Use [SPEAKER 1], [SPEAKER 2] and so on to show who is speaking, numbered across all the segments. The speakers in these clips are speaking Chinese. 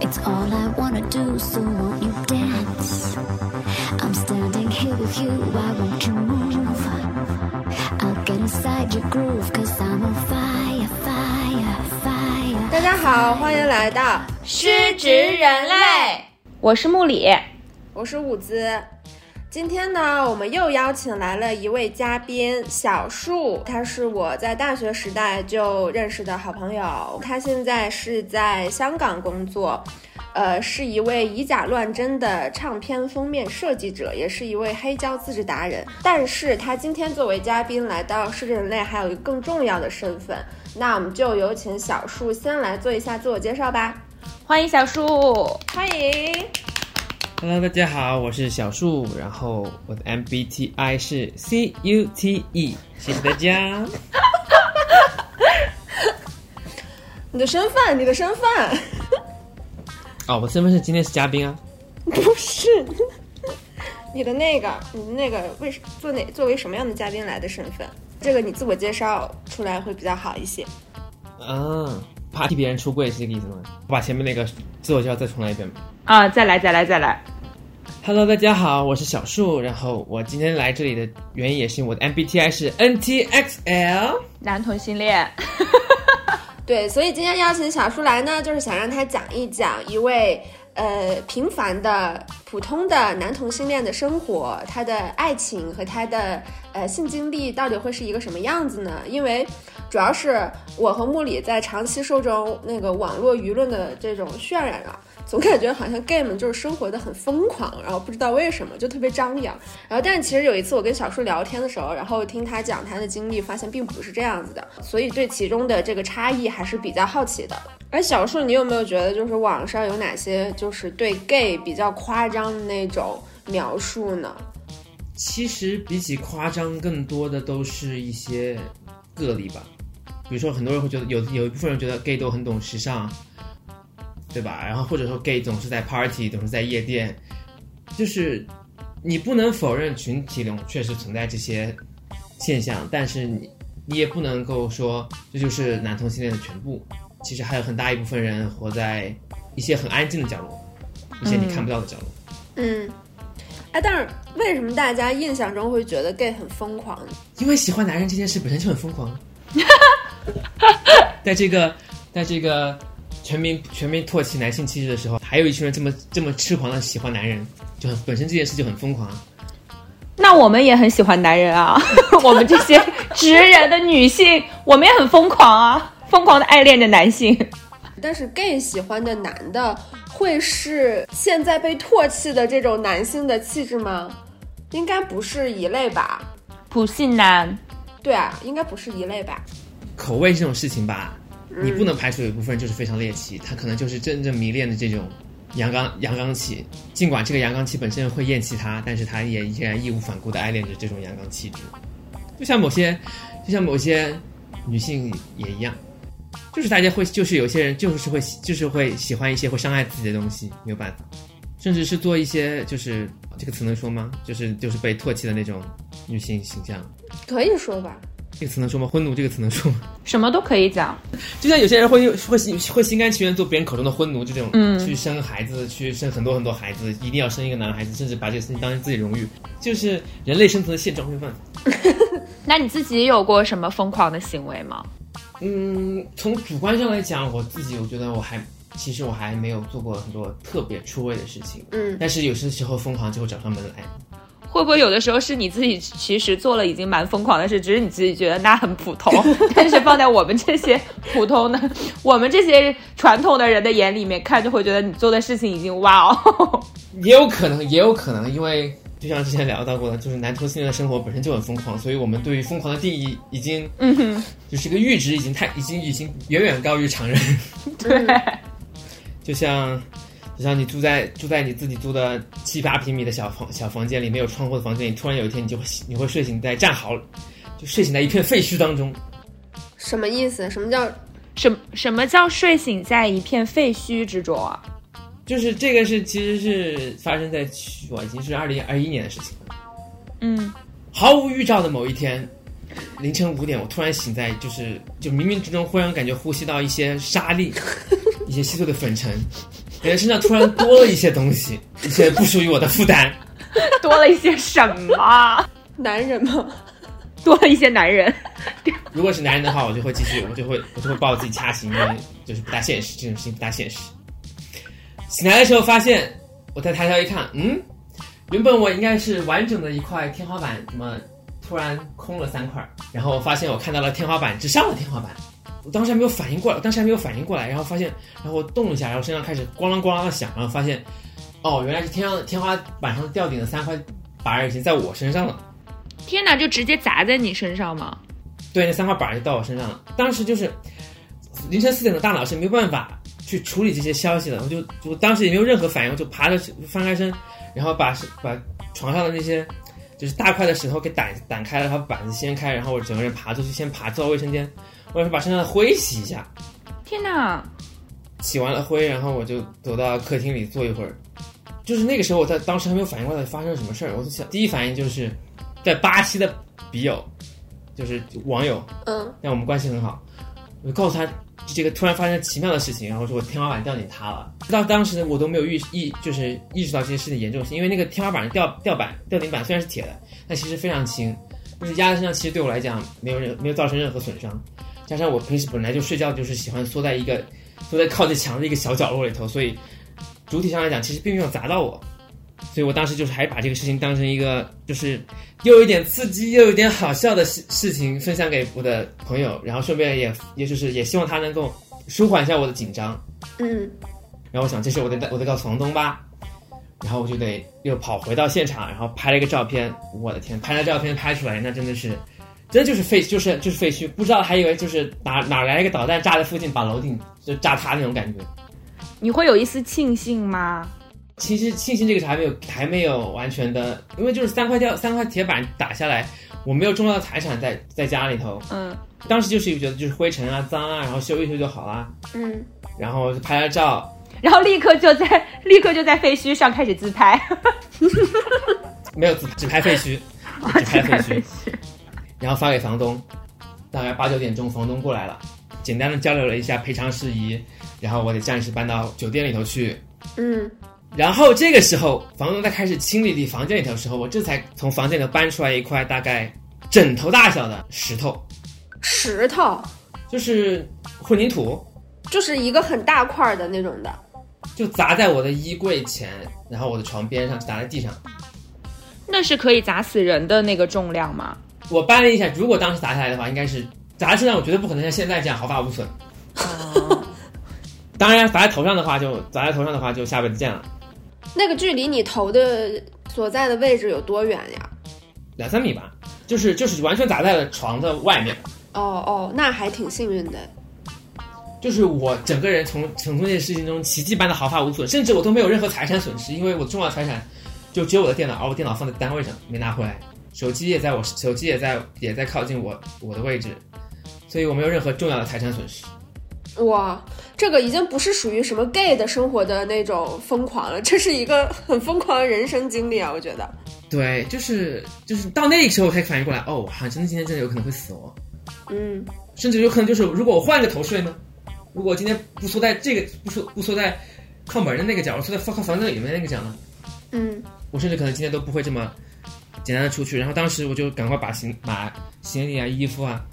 [SPEAKER 1] It's all I wanna do, so won't you dance? I'm standing here with you, why won't you move? I'll get inside your groove, cause I'm on fire, fire, fire.
[SPEAKER 2] 大家好，欢迎来到，
[SPEAKER 3] 失职人类。我是木里，
[SPEAKER 2] 我是伍兹。今天呢，我们又邀请来了一位嘉宾小树，他是我在大学时代就认识的好朋友，他现在是在香港工作，呃，是一位以假乱真的唱片封面设计者，也是一位黑胶自制达人。但是他今天作为嘉宾来到失职人类，还有一个更重要的身份，那我们就有请小树先来做一下自我介绍吧。
[SPEAKER 3] 欢迎小树。
[SPEAKER 2] 欢迎。
[SPEAKER 4] Hello，大家好，我是小树，然后我的 MBTI 是 CUTE，谢谢 E，大家。
[SPEAKER 2] 你的身份，你的身份
[SPEAKER 4] 哦，我身份是今天是嘉宾啊，
[SPEAKER 2] 不是你的那个，你的那个为什做哪作为什么样的嘉宾来的身份？这个你自我介绍出来会比较好一些。
[SPEAKER 4] 啊，怕替别人出柜是这个意思吗？我把前面那个自我介绍再重来一遍吧。
[SPEAKER 3] 啊，再来，再来，再来。
[SPEAKER 4] Hello，大家好，我是小树，然后我今天来这里的原因也是我的 MBTI 是 NTXL。
[SPEAKER 3] 男同性恋，
[SPEAKER 2] 对，所以今天邀请小叔来呢，就是想让他讲一讲一位呃平凡的、普通的男同性恋的生活，他的爱情和他的呃性经历到底会是一个什么样子呢？因为主要是我和穆里在长期受中那个网络舆论的这种渲染啊，总感觉好像 gay 们就是生活的很疯狂，然后不知道为什么就特别张扬。然后，但是其实有一次我跟小树聊天的时候，然后听他讲他的经历，发现并不是这样子的，所以对其中的这个差异还是比较好奇的。而小树，你有没有觉得就是网上有哪些就是对 gay 比较夸张的那种描述呢？
[SPEAKER 4] 其实比起夸张，更多的都是一些个例吧。比如说，很多人会觉得有有一部分人觉得 gay 都很懂时尚，对吧？然后或者说 gay 总是在 party，总是在夜店，就是你不能否认群体中确实存在这些现象，但是你你也不能够说这就是男同性恋的全部。其实还有很大一部分人活在一些很安静的角落，一些你看不到的角落。
[SPEAKER 2] 嗯，哎，但是为什么大家印象中会觉得 gay 很疯狂呢？
[SPEAKER 4] 因为喜欢男人这件事本身就很疯狂，啊在这个在这个全民全民唾弃男性气质的时候，还有一群人这么这么痴狂的喜欢男人，就很本身这件事就很疯狂。啊
[SPEAKER 3] 那我们也很喜欢男人啊。 我们这些直人的女性，我们也很疯狂啊，疯狂的爱恋着男性。
[SPEAKER 2] 但是 gay 喜欢的男的会是现在被唾弃的这种男性的气质吗？应该不是一类吧？
[SPEAKER 3] 普信男，
[SPEAKER 2] 对啊，应该不是一类吧？
[SPEAKER 4] 口味这种事情吧，你不能排除有一部分人就是非常猎奇，他可能就是真正迷恋的这种阳刚阳刚气。尽管这个阳刚气本身会厌弃他，但是他也依然义无反顾的爱恋着这种阳刚气质。就像某些，就像某些女性也一样，就是大家会，就是有些人就是会，就是会喜欢一些会伤害自己的东西，没有办法，甚至是做一些就是这个词能说吗？就是就是被唾弃的那种女性形象，
[SPEAKER 2] 可以说吧？
[SPEAKER 4] 这个词能说吗？婚奴这个词能说吗？
[SPEAKER 3] 什么都可以讲。
[SPEAKER 4] 就像有些人会会心会心甘情愿做别人口中的婚奴，这种，去生孩子，去生很多很多孩子，一定要生一个男孩子，甚至把这个事情当成自己荣誉，就是人类生存的现状，没有办法。
[SPEAKER 3] 那你自己有过什么疯狂的行为吗？
[SPEAKER 4] 嗯，从主观上来讲，我自己我觉得我还其实我还没有做过很多特别出位的事情，
[SPEAKER 2] 嗯，
[SPEAKER 4] 但是有些时候疯狂就会找上门来。
[SPEAKER 3] 会不会有的时候是你自己 其实做了已经蛮疯狂的事，只是你自己觉得那很普通， 但是放在我们这些普通的、 我们这些传统的人的眼里面看，就会觉得你做的事情已经哇哦，
[SPEAKER 4] 也有可能，也有可能，因为就像之前聊到过的，就是男同性恋的生活本身就很疯狂，所以我们对于疯狂的定义已经，嗯哼，就是一个阈值已经太，已经已经远远高于常 人。
[SPEAKER 3] 对，
[SPEAKER 4] 就像，就像你住在住在你自己租的七八平米的小房小房间里，没有窗户的房间里，突然有一天你就会你会睡醒在战壕，就睡醒在一片废墟当中。
[SPEAKER 2] 什么意思？什么叫
[SPEAKER 3] 什什么叫睡醒在一片废墟之中啊？
[SPEAKER 4] 就是这个是其实是发生在去我已经是二零二一年的事情了。
[SPEAKER 3] 嗯，
[SPEAKER 4] 毫无预兆的某一天，凌晨五点，我突然醒在，就是就冥冥之中忽然感觉呼吸到一些沙粒，一一些稀碎的粉尘，感觉身上突然多了一些东西，一些不属于我的负担。
[SPEAKER 3] 多了一些什么？
[SPEAKER 2] 男人吗？
[SPEAKER 3] 多了一些男人。
[SPEAKER 4] 如果是男人的话，我就会继续，我就会我就会把我自己掐死，因为就是不大现实，这种事情不大现实。醒来的时候发现，我再抬头一看，嗯，原本我应该是完整的一块天花板，怎么突然空了三块？然后我发现我看到了天花板之上的天花板，我当时还没有反应过来，我当时还没有反应过来，然后发现，然后我动了一下，然后身上开始咣啷咣啷的响，然后发现，哦，原来是天上天花板上吊顶的三块板儿已经在我身上了。
[SPEAKER 3] 天哪，就直接砸在你身上吗？
[SPEAKER 4] 对，那三块板儿就到我身上了。当时就是凌晨四点的大脑是没有办法去处理这些消息的，我就我当时也没有任何反应，我就爬着翻开身，然后把把床上的那些就是大块的石头给掸掸开了，把板子掀开，然后我整个人爬出去，先爬到卫生间，我要是把身上的灰洗一下，
[SPEAKER 3] 天哪，
[SPEAKER 4] 洗完了灰，然后我就走到客厅里坐一会儿。就是那个时候，我在当时还没有反应过来发生了什么事儿，我就想第一反应就是在巴西的笔友，就是网友，
[SPEAKER 2] 嗯，
[SPEAKER 4] 但我们关系很好，我就告诉他这个突然发生奇妙的事情，然后说我天花板吊顶塌了。到当时我都没有意识意就是意识到这件事情的严重性，因为那个天花板的吊吊板吊顶板虽然是铁的，但其实非常轻，就是压在身上，其实对我来讲没有任没有造成任何损伤。加上我平时本来就睡觉就是喜欢缩在一个缩在靠近墙的一个小角落里头，所以主体上来讲其实并没有砸到我。所以我当时就是还把这个事情当成一个，就是又有一点刺激又有一点好笑的事事情分享给我的朋友，然后顺便也也就是也希望他能够舒缓一下我的紧张。
[SPEAKER 2] 嗯，
[SPEAKER 4] 然后我想这事我得我得告诉房东吧，然后我就得又跑回到现场，然后拍了一个照片。我的天，拍了照片拍出来，那真的是，真的就是废就是就是废墟，不知道还以为就是哪哪来一个导弹炸在附近把楼顶就炸塌那种感觉。
[SPEAKER 3] 你会有一丝庆幸吗？
[SPEAKER 4] 其实庆幸这个是还没有还没有完全的，因为就是三块吊三块铁板打下来，我没有重要的财产在在家里头，
[SPEAKER 3] 嗯，
[SPEAKER 4] 当时就是觉得就是灰尘啊、脏啊，然后修一修就好啦。
[SPEAKER 2] 嗯，
[SPEAKER 4] 然后拍了照，
[SPEAKER 3] 然后立刻就在 立刻就在废墟上开始自 拍，
[SPEAKER 4] 没有只只拍废墟，只拍废墟，然后发给房东，大概八九点钟房东过来了，简单的交流了一下赔偿事宜，然后我得暂时搬到酒店里头去，
[SPEAKER 2] 嗯，
[SPEAKER 4] 然后这个时候，房东在开始清理你房间里头的时候，我这才从房间里头搬出来一块大概枕头大小的石头，
[SPEAKER 2] 石头
[SPEAKER 4] 就是混凝土，
[SPEAKER 2] 就是一个很大块儿的那种的，
[SPEAKER 4] 就砸在我的衣柜前，然后我的床边上，砸在地上。
[SPEAKER 3] 那是可以砸死人的那个重量吗？
[SPEAKER 4] 我搬了一下，如果当时砸下来的话，应该是砸在身上，我绝对不可能像现在这样毫发无损。
[SPEAKER 3] 哦
[SPEAKER 4] 当然，砸在头上的话就，砸在头上的话，就下辈子见了。
[SPEAKER 2] 那个距离你头的所在的位置有多远呀？
[SPEAKER 4] 两三米吧，就是就是完全砸在了床的外面。
[SPEAKER 2] 哦哦，那还挺幸运的。
[SPEAKER 4] 就是我整个人从从这件事情中奇迹般的毫发无损，甚至我都没有任何财产损失，因为我重要的财产就只有我的电脑，而我电脑放在单位上没拿回来，手机也在我手机也在也在靠近我我的位置，所以我没有任何重要的财产损失。
[SPEAKER 2] 哇，这个已经不是属于什么 gay 的生活的那种疯狂了，这是一个很疯狂的人生经历啊！我觉得，
[SPEAKER 4] 对，就是就是到那个时候我才反应过来，哦，我好像真的今天真的有可能会死哦，
[SPEAKER 2] 嗯，
[SPEAKER 4] 甚至有可能就是如果我换个头睡呢？如果我今天不缩在这个不缩不缩在靠门的那个角，我缩在靠靠房间里面那个角呢？
[SPEAKER 2] 嗯
[SPEAKER 4] 我甚至可能今天都不会这么简单的出去。然后当时我就赶快把行把行李啊、衣服啊，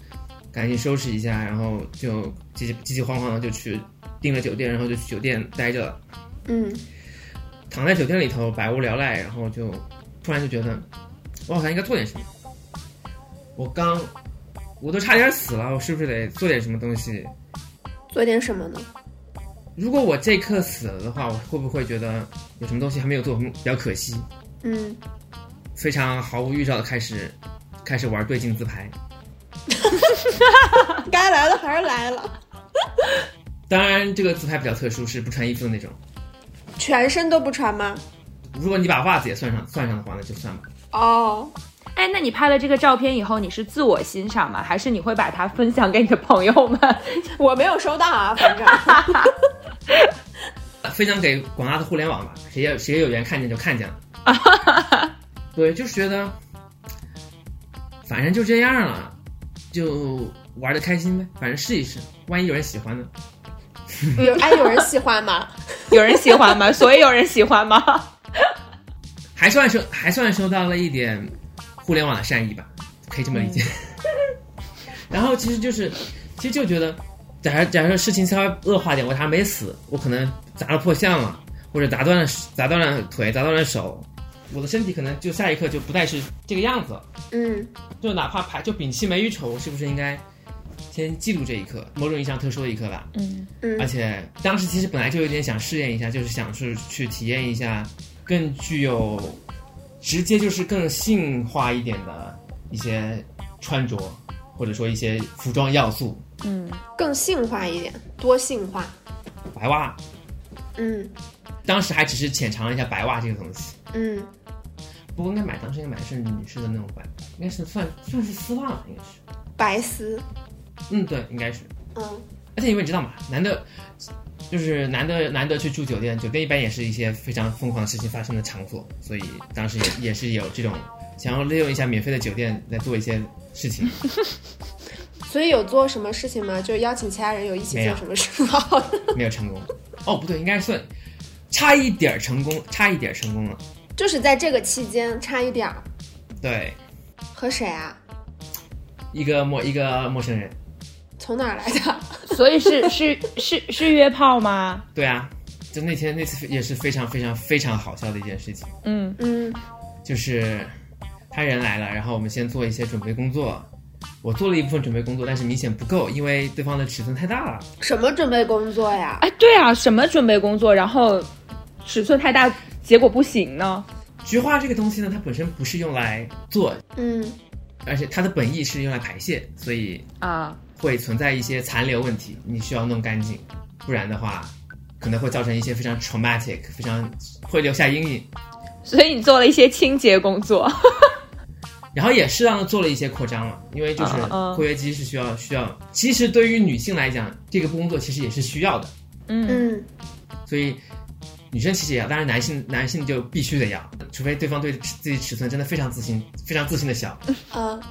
[SPEAKER 4] 赶紧收拾一下，然后就急急急急慌慌的就去订了酒店，然后就去酒店待着了。
[SPEAKER 2] 嗯，
[SPEAKER 4] 躺在酒店里头百无聊赖，然后就突然就觉得，我好像应该做点什么。我刚，我都差点死了，我是不是得做点什么东西？
[SPEAKER 2] 做点什么呢？
[SPEAKER 4] 如果我这一刻死了的话，我会不会觉得有什么东西还没有做，比较可惜？
[SPEAKER 2] 嗯，
[SPEAKER 4] 非常毫无预兆的开始开始玩对镜自拍。
[SPEAKER 2] 该来的还是来了，
[SPEAKER 4] 当然，这个自拍比较特殊，是不穿衣服的那种。
[SPEAKER 2] 全身都不穿吗？
[SPEAKER 4] 如果你把袜子也算上算上的话，那就算吧。
[SPEAKER 2] 哦，
[SPEAKER 3] 哎，那你拍了这个照片以后，你是自我欣赏吗？还是你会把它分享给你的朋友们？
[SPEAKER 2] 我没有收到啊，反 正，
[SPEAKER 4] 分享给广大的互联网吧，谁也谁也有缘看见就看见了。对，就是觉得，反正就这样了，就玩的开心呗，反正试一试，万一有人喜欢呢？
[SPEAKER 2] 有哎，有人喜欢吗？
[SPEAKER 3] 有人喜欢 吗？所以有人喜欢吗？
[SPEAKER 4] 还算收还算收到了一点互联网的善意吧，可以这么理解。 然后其实就是，其实就觉得，假如假如事情稍微恶化点，我他没死，我可能砸了破相了，或者砸断了砸断了腿，砸断了手，我的身体可能就下一刻就不再是这个样子了。
[SPEAKER 2] 嗯，
[SPEAKER 4] 就哪怕排就摒弃美与丑，是不是应该先记录这一刻，某种意义上特殊的一刻吧？
[SPEAKER 3] 嗯
[SPEAKER 2] 嗯
[SPEAKER 4] 而且当时其实本来就有点想试验一下，就是想是去体验一下更具有直接就是更性化一点的一些穿着，或者说一些服装要素，
[SPEAKER 3] 嗯，
[SPEAKER 2] 更性化一点，多性化。
[SPEAKER 4] 白袜。
[SPEAKER 2] 嗯
[SPEAKER 4] 当时还只是浅尝了一下白袜这个东西，
[SPEAKER 2] 嗯，
[SPEAKER 4] 不过应该买当时应该买的是女士的那种白，应该是算算是丝袜吧，应该是，
[SPEAKER 2] 白丝。
[SPEAKER 4] 嗯，对，应该是。
[SPEAKER 2] 嗯
[SPEAKER 4] 而且因为你知道嘛，男的，就是男的，男的去住酒店，酒店一般也是一些非常疯狂的事情发生的场所，所以当时也也是有这种想要利用一下免费的酒店来做一些事情。
[SPEAKER 2] 所以有做什么事情吗？就邀请其他人有一起
[SPEAKER 4] 没有
[SPEAKER 2] 做什么事吗？好 的
[SPEAKER 4] 没有成功。 哦，不对，应该算差一点儿成功，差一点儿成功了。
[SPEAKER 2] 就是在这个期间差一点儿
[SPEAKER 4] 对，
[SPEAKER 2] 和谁啊？
[SPEAKER 4] 一个陌一个陌生人。
[SPEAKER 2] 从哪儿来的？
[SPEAKER 3] 所以是是是是约炮吗？
[SPEAKER 4] 对啊，就那天那次也是非常非常非常好笑的一件事情，
[SPEAKER 3] 嗯
[SPEAKER 2] 嗯
[SPEAKER 4] 就是他人来了，然后我们先做一些准备工作。我做了一部分准备工作，但是明显不够，因为对方的尺寸太大了。
[SPEAKER 2] 什么准备工作呀？
[SPEAKER 3] 哎，对啊，什么准备工作，然后尺寸太大，结果不行呢？
[SPEAKER 4] 菊花这个东西呢，它本身不是用来做，
[SPEAKER 2] 嗯
[SPEAKER 4] 而且它的本意是用来排泄，所以
[SPEAKER 3] 啊，
[SPEAKER 4] 会存在一些残留问题，你需要弄干净，不然的话，可能会造成一些非常 traumatic，非常会留下阴影。
[SPEAKER 3] 所以你做了一些清洁工作。
[SPEAKER 4] 然后也适当的做了一些扩张了，因为就是
[SPEAKER 3] 嗯嗯
[SPEAKER 4] 括约肌是需要需要，其实对于女性来讲，这个工作其实也是需要的，
[SPEAKER 3] 嗯
[SPEAKER 2] 嗯
[SPEAKER 4] 所以女生其实也要，当然男性男性就必须得要，除非对方对自己尺寸真的非常自信，非常自信的小，
[SPEAKER 2] 嗯，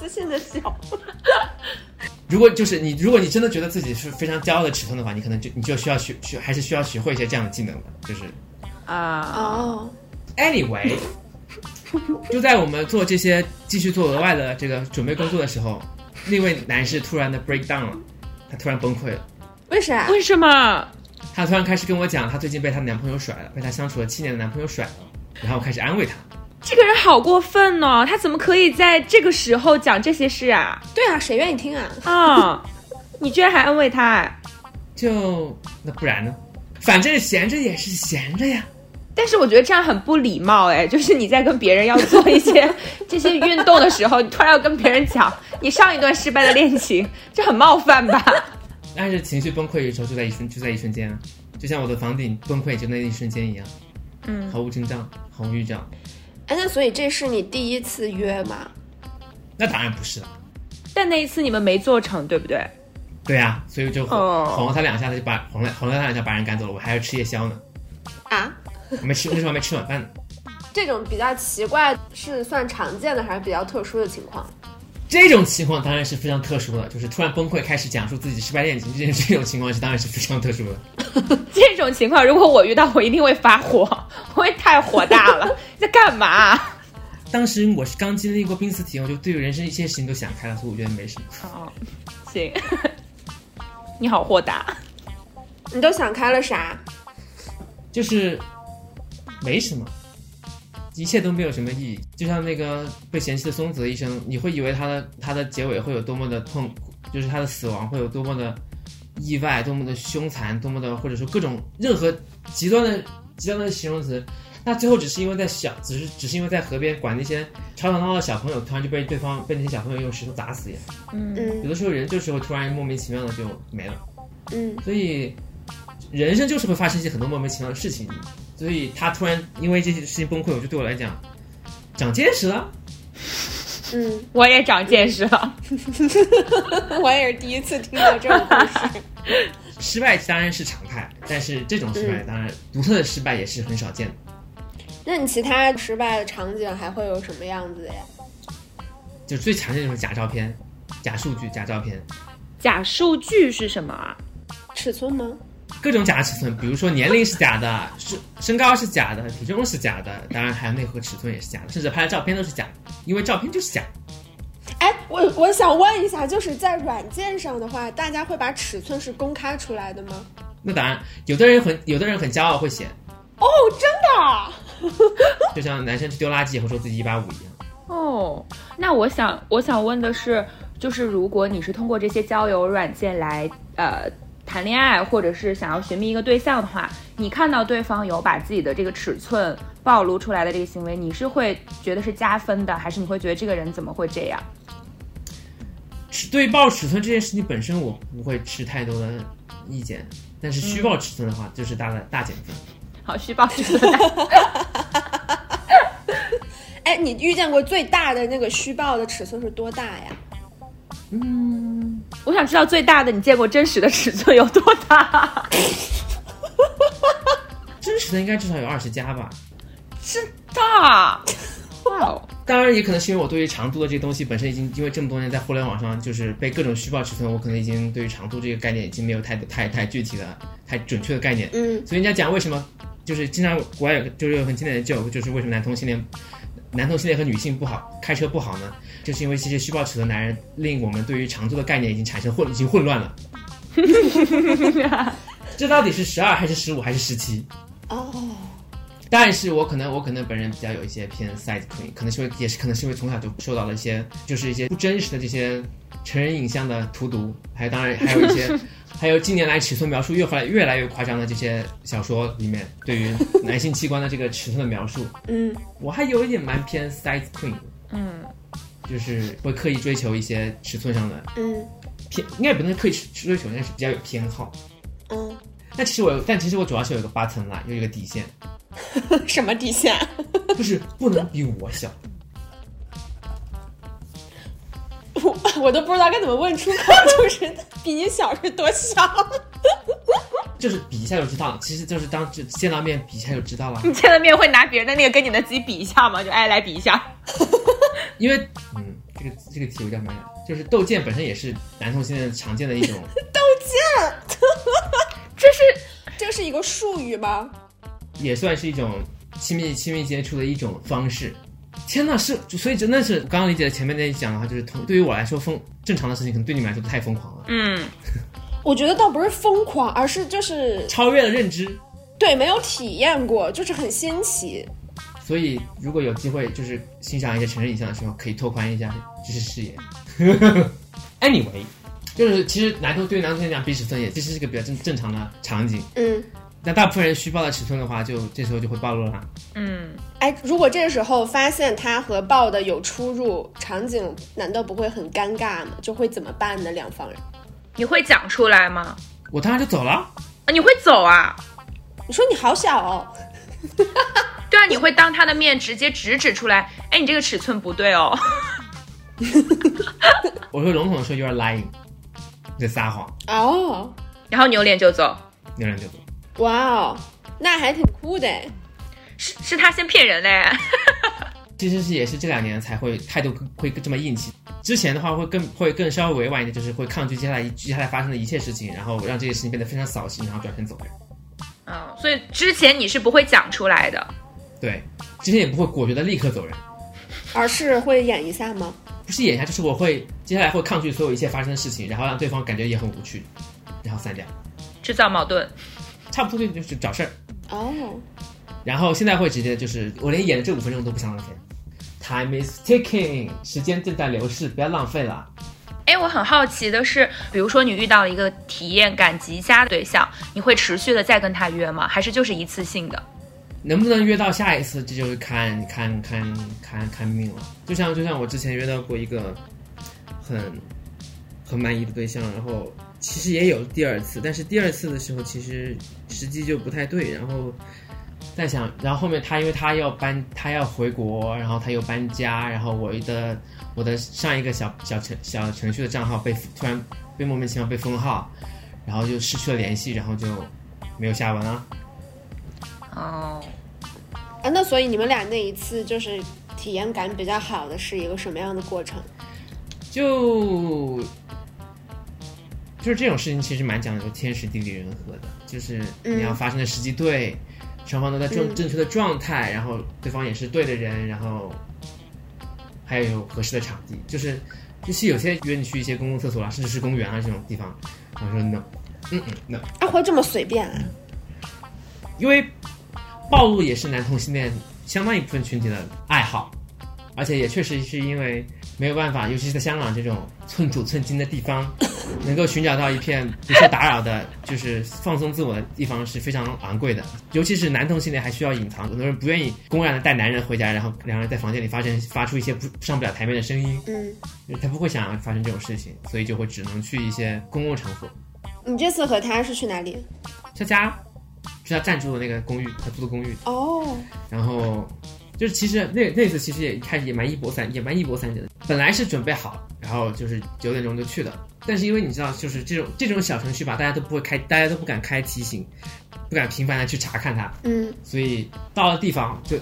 [SPEAKER 2] 自信的小。
[SPEAKER 4] 如果就是你，如果你真的觉得自己是非常骄傲的尺寸的话，你可能就你就需要学学，还是需要学会一些这样的技能的。就是
[SPEAKER 3] 啊，
[SPEAKER 2] 哦，
[SPEAKER 4] anyway，就在我们做这些继续做额外的这个准备工作的时候，那位男士突然的 break down 了，他突然崩溃了，
[SPEAKER 2] 为啥？
[SPEAKER 3] 为什么？
[SPEAKER 4] 他突然开始跟我讲，她最近被她男朋友甩了，被她相处了七年的男朋友甩了，然后我开始安慰她。
[SPEAKER 3] 这个人好过分哦！他怎么可以在这个时候讲这些事啊？
[SPEAKER 2] 对啊，谁愿意听啊？
[SPEAKER 3] 啊，你居然还安慰他、哎！
[SPEAKER 4] 就那不然呢？反正闲着也是闲着呀，
[SPEAKER 3] 但是我觉得这样很不礼貌哎， 就是你在跟别人要做一些 这些运动的时候，你突然要跟别人讲你上一段失败的恋情，这很冒犯吧？
[SPEAKER 4] 但是情绪崩溃的时候就在一瞬就在一瞬间啊，就像我的房顶崩溃就那一瞬间一样，
[SPEAKER 3] 嗯，
[SPEAKER 4] 毫无征兆，毫无预兆。
[SPEAKER 2] 哎，那所以这是你第一次约吗？
[SPEAKER 4] 那当然不是了，
[SPEAKER 3] 但那一次你们没做成，对不对？
[SPEAKER 4] 对呀、所以我就哄
[SPEAKER 3] 哦
[SPEAKER 4] 哄了他两下，他就把哄了哄了他两下，把人赶走了。我还要吃夜宵呢，
[SPEAKER 2] 啊，
[SPEAKER 4] 我没吃，那时候还没吃晚饭呢。
[SPEAKER 2] 这种比较奇怪是算常见的还是比较特殊的情况？
[SPEAKER 4] 这种情况当然是非常特殊的，就是突然崩溃，开始讲述自己失败恋情这件这种情况是当然是非常特殊的。
[SPEAKER 3] 这种情况如果我遇到，我一定会发火， 我也太火大了， 你在干嘛？
[SPEAKER 4] 当时我是刚经历过濒死体验，我就对人生一些事情都想开了，所以我觉得没什么。
[SPEAKER 3] 哦，行， 你好豁达。
[SPEAKER 2] 你都想开了啥？
[SPEAKER 4] 就是没什么，一切都没有什么意义。就像那个被嫌弃的松子医生，你会以为他的他的结尾会有多么的痛苦，就是他的死亡会有多么的意外，多么的凶残，多么的或者说各种任何极端的极端的形容词。那最后只是因为在小，只是只是因为在河边管那些吵吵闹闹的小朋友，突然就被对方被那些小朋友用石头砸死一样。
[SPEAKER 2] 嗯
[SPEAKER 4] 有的时候人就是会突然莫名其妙的就没了。
[SPEAKER 2] 嗯
[SPEAKER 4] 所以人生就是会发生一些很多莫名其妙的事情。所以他突然因为这些事情崩溃，我就对我来讲长见识了。
[SPEAKER 2] 嗯，
[SPEAKER 3] 我也长见识了。
[SPEAKER 2] 我也是第一次听到这种故事。
[SPEAKER 4] 失败当然是常态，但是这种失败当然独特的失败也是很少见的。
[SPEAKER 2] 那你其他失败的场景还会有什么样子呀？
[SPEAKER 4] 就最常见就是假照片、假数据、假照片，
[SPEAKER 3] 假数据是什么啊？
[SPEAKER 2] 尺寸吗？
[SPEAKER 4] 各种假尺寸，比如说年龄是假的，身身高是假的，体重是假的，当然还有内核尺寸也是假的，甚至拍的照片都是假的，因为照片就是假的。
[SPEAKER 2] 哎，我我想问一下，就是在软件上的话，大家会把尺寸是公开出来的吗？
[SPEAKER 4] 那当然，有的人很有的人很骄傲会写，
[SPEAKER 2] 哦，真的啊？
[SPEAKER 4] 就像男生去丢垃圾也会说自己一八五一样。
[SPEAKER 3] 哦，那我想我想问的是，就是如果你是通过这些交友软件来呃谈恋爱，或者是想要寻觅一个对象的话，你看到对方有把自己的这个尺寸暴露出来的这个行为，你是会觉得是加分的，还是你会觉得这个人怎么会这样？
[SPEAKER 4] 尺对于报尺寸这件事情本身，我不会持太多的意见，但是虚报尺寸的话，就是大大大减分。
[SPEAKER 3] 好，虚报尺寸。
[SPEAKER 2] 哎，你遇见过最大的那个虚报的尺寸是多大呀？
[SPEAKER 3] 我想知道最大的你见过真实的尺寸有多大？
[SPEAKER 4] 真实的应该至少有二十加吧。
[SPEAKER 3] 真大！哇 哦！
[SPEAKER 4] 当然，也可能是因为我对于长度的这个东西本身已经，因为这么多年在互联网上就是被各种虚报尺寸，我可能已经对于长度这个概念已经没有太太太具体的、太准确的概念。
[SPEAKER 2] 嗯，
[SPEAKER 4] 所以人家讲为什么就是经常国外有个就是有很经典的 joke，就是为什么男同性恋男同性恋和女性不好开车不好呢？就是因为这些虚报尺寸的男人令我们对于长度的概念已经产生混已经混乱了。这到底是十二还是十五还是十七？
[SPEAKER 2] 哦，
[SPEAKER 4] 但是我可能我可能本人比较有一些偏 size queen，可能是因为也是可能是因为从小就受到了一些就是一些不真实的这些成人影像的荼毒，还有当然还有一些还有近年来尺寸描述越发越来越夸张的这些小说里面对于男性器官的这个尺寸的描述，
[SPEAKER 2] 嗯，
[SPEAKER 4] 我还有一点蛮偏 size queen，
[SPEAKER 3] 嗯，
[SPEAKER 4] 就是会刻意追求一些尺寸上的
[SPEAKER 2] 嗯
[SPEAKER 4] 偏，应该也不能刻意追求，应该是比较有偏好。
[SPEAKER 2] 嗯，
[SPEAKER 4] 但其实我有，但其实我主要是有一个八层啦，有一个底线，
[SPEAKER 2] 什么底线？
[SPEAKER 4] 就是不能比我小。
[SPEAKER 2] 我我都不知道该怎么问出口，就是比你小是多小？
[SPEAKER 4] 就是比一下就知道了，其实就是当就见到面比一下就知道了，
[SPEAKER 2] 嗯
[SPEAKER 3] 你见了面会拿别人的那个跟你的自己比一下吗？就哎，来比一下。
[SPEAKER 4] 因为嗯，这个这个题我叫什么呀？就是斗剑本身也是男同性恋常见的一 种，
[SPEAKER 3] 这是
[SPEAKER 2] 这是一个术语吗？
[SPEAKER 4] 也算是一种亲密亲密接触的一种方式。天呐，是所以真的是我刚刚理解的前面那一讲的话，就是同对于我来说疯正常的事情，可能对你们来说太疯狂了，
[SPEAKER 3] 嗯，
[SPEAKER 2] 我觉得倒不是疯狂，而是就是
[SPEAKER 4] 超越了认知。
[SPEAKER 2] 对没有体验过，就是很新奇。
[SPEAKER 4] 所以如果有机会就是欣赏一些成人影像的时候，可以拓宽一下知识视野。anyway，就是其实男同对于男同性来讲，比尺寸也其实是个比较正正常的场景。
[SPEAKER 2] 嗯，
[SPEAKER 4] 那大部分人虚报的尺寸的话，就这时候就会暴露了。
[SPEAKER 2] 哎，如果这时候发现他和报的有出入，场景难道不会很尴尬吗？就会怎么办呢？两方人，
[SPEAKER 3] 你会讲出来吗？
[SPEAKER 4] 我当然就走了，
[SPEAKER 3] 啊，你会走啊？
[SPEAKER 2] 你说你好小哦，
[SPEAKER 3] 对啊，你会当他的面直接直指出来，哎，你这个尺寸不对哦。
[SPEAKER 4] 我会笼统的说 you are lying，你在撒谎，
[SPEAKER 2] 哦，
[SPEAKER 3] 然后扭脸就走，
[SPEAKER 4] 有人就走。
[SPEAKER 2] 哇哦，那还挺酷的哎。
[SPEAKER 3] 是是他先骗人嘞。
[SPEAKER 4] 其实是也是这两年才会态度会这么硬气，之前的话会更会更稍微委婉一点，就是会抗拒接下来接下来发生的一切事情，然后让这些事情变得非常扫兴，然后转身走人。
[SPEAKER 3] 嗯，所以之前你是不会讲出来的。
[SPEAKER 4] 对，之前也不会果决的立刻走人，
[SPEAKER 2] 而是会演一下吗？
[SPEAKER 4] 不是演一下，就是我会接下来会抗拒所有一切发生的事情，然后让对方感觉也很无趣，然后散掉，
[SPEAKER 3] 制造矛盾，
[SPEAKER 4] 差不多就就是找事儿。
[SPEAKER 2] 哦，
[SPEAKER 4] 然后现在会直接就是，我连演的这五分钟都不想浪费。Time is ticking，时间正在流逝，不要浪费了。
[SPEAKER 3] 哎，我很好奇的是，比如说你遇到了一个体验感极佳的对象，你会持续的再跟他约吗？还是就是一次性的？
[SPEAKER 4] 能不能约到下一次，这就是看看看看看命了。就像就像我之前约到过一个很很满意的对象，然后其实也有第二次，但是第二次的时候其实时机就不太对，然后在想，然后后面他因为他要搬，他要回国，然后他又搬家，然后我的我的上一个小小程小程序的账号被突然被莫名其妙被封号，然后就失去了联系，然后就没有下文了。
[SPEAKER 3] 哦，
[SPEAKER 2] 啊，那所以你们俩那一次就是体验感比较好的是一个什么样的过程？
[SPEAKER 4] 就就是这种事情其实蛮讲究天时地利人和的，就是
[SPEAKER 2] 嗯
[SPEAKER 4] 你要发生的时机对，双方都在正
[SPEAKER 2] 嗯
[SPEAKER 4] 正确的状态，然后对方也是对的人，然后还有合适的场地，就是就是有些约你去一些公共厕所啊，甚至是公园啊这种地方，然后说 no，嗯嗯 no，
[SPEAKER 2] 啊，会这么随便啊？
[SPEAKER 4] 因为暴露也是男同性恋相当一部分群体的爱好，而且也确实是因为没有办法，尤其是在香港这种寸土寸金的地方，能够寻找到一片不受打扰的，就是放松自我的地方是非常昂贵的。尤其是男同性恋还需要隐藏，很多人不愿意公然的带男人回家，然后两人在房间里发生发出一些不上不了台面的声音，
[SPEAKER 2] 嗯，
[SPEAKER 4] 他不会想要发生这种事情，所以就会只能去一些公共场所，
[SPEAKER 2] 你这次和他是去哪里？
[SPEAKER 4] 像家，是他暂住的那个公寓，他租的公寓。
[SPEAKER 2] 哦，
[SPEAKER 4] 然后就是其实那那次其实也一开始也蛮一波三也蛮一波三折的，本来是准备好，然后就是九点钟就去了，但是因为你知道，就是这种这种小程序吧，大家都不会开，大家都不敢开提醒，不敢频繁的去查看它，
[SPEAKER 2] 嗯，
[SPEAKER 4] 所以到了地方就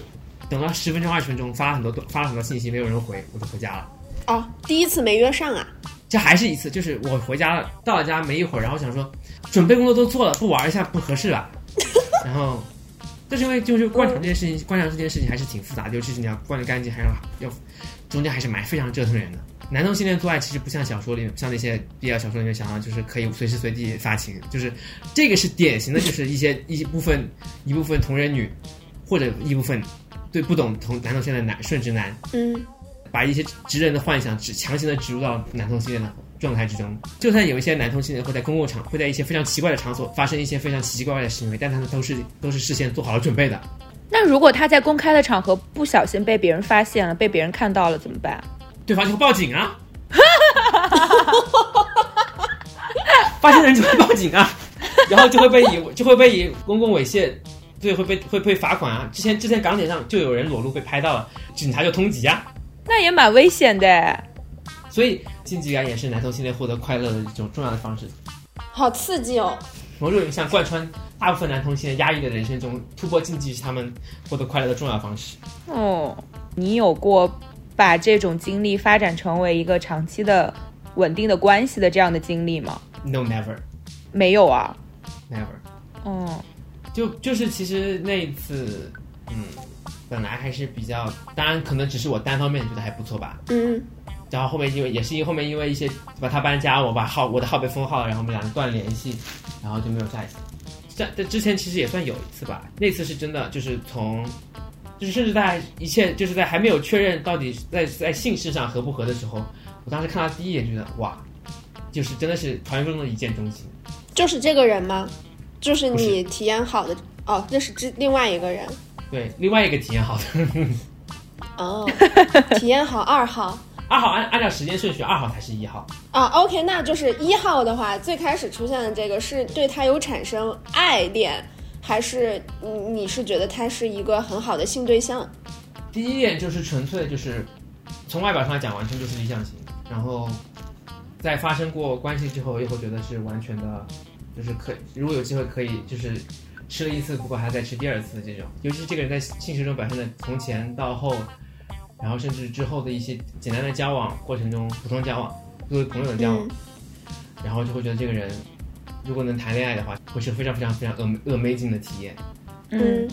[SPEAKER 4] 等了十分钟二十分钟，发了很多发了很多信息，没有人回，我就回家了。
[SPEAKER 2] 哦，第一次没约上啊？
[SPEAKER 4] 这还是一次，就是我回家了，到了家没一会儿，然后想说，准备工作都做了，不玩一下不合适吧？然后，但是因为就是灌肠这件事情，灌肠这件事情还是挺复杂的，尤其是你要灌的干净，还要要中间还是蛮非常折腾人的。男同性恋做爱其实不像小说里面，像那些 BL 小说里面想到，就是可以随时随地发情，就是这个是典型的，就是一些一部分一部分同人女，或者一部分对不懂同男同性恋的男顺直男
[SPEAKER 2] 嗯，
[SPEAKER 4] 把一些直人的幻想只强行的植入到男同性恋的状态之中。就算有一些男同性恋会在公共场，会在一些非常奇怪的场所发生一些非常奇奇怪怪的行为，但他们都是都是事先做好了准备的。
[SPEAKER 3] 那如果他在公开的场合不小心被别人发现了，被别人看到了怎么办？
[SPEAKER 4] 对方就会报警啊！ 发现人就会报警啊，然后就会被以就会被以公共猥亵罪会被会被罚款啊。之前之前港铁上就有人裸露被拍到了，警察就通缉啊。
[SPEAKER 3] 那也蛮危险的。
[SPEAKER 4] 所以性器感也是男同性恋获得快乐的一种重要的方式。
[SPEAKER 2] 好刺激哦！
[SPEAKER 4] 某种意义上贯穿大部分男同性恋压抑的人生中，突破禁忌是他们获得快乐的重要方式。
[SPEAKER 3] 哦，你有过把这种经历发展成为一个长期的稳定的关系的这样的经历吗？
[SPEAKER 4] No, never,
[SPEAKER 3] 没有啊。
[SPEAKER 4] never。
[SPEAKER 3] 哦，
[SPEAKER 4] 就就是其实那一次，嗯，本来还是比较，当然可能只是我单方面觉得还不错吧。
[SPEAKER 2] 嗯，
[SPEAKER 4] 然后后面因为也是因为后面因为一些把他搬家，我把号我的号被封号了，然后我们两个断了联系，然后就没有下一次。这这之前其实也算有一次吧，那次是真的就是从，就是甚至在一切就是在还没有确认到底在在姓氏上合不合的时候，我当时看他第一眼觉得哇，就是真的是传说中的一见钟情。
[SPEAKER 2] 就是这个人吗？就是
[SPEAKER 4] 不是
[SPEAKER 2] 你体验好的哦，那是之另外一个人
[SPEAKER 4] 对，另外一个体验好的
[SPEAKER 2] 哦， 体验好二号
[SPEAKER 4] 二号按按照时间顺序，二号才是一号。
[SPEAKER 2] 啊。OK，那就是一号的话，最开始出现的这个是对他有产生爱恋，还是你你是觉得他是一个很好的性对象？
[SPEAKER 4] 第一眼就是纯粹就是，从外表上来讲完全就是理想型，然后在发生过关系之后，又会觉得是完全的，就是可以如果有机会可以就是吃了一次，不过还再吃第二次这种。尤其是这个人在现实中表现的从前到后，然后甚至之后的一些简单的交往过程中，普通交往作为朋友的交往，
[SPEAKER 2] 嗯
[SPEAKER 4] 然后就会觉得这个人如果能谈恋爱的话，会是非常非常非常 am- amazing 的体验。
[SPEAKER 2] 嗯，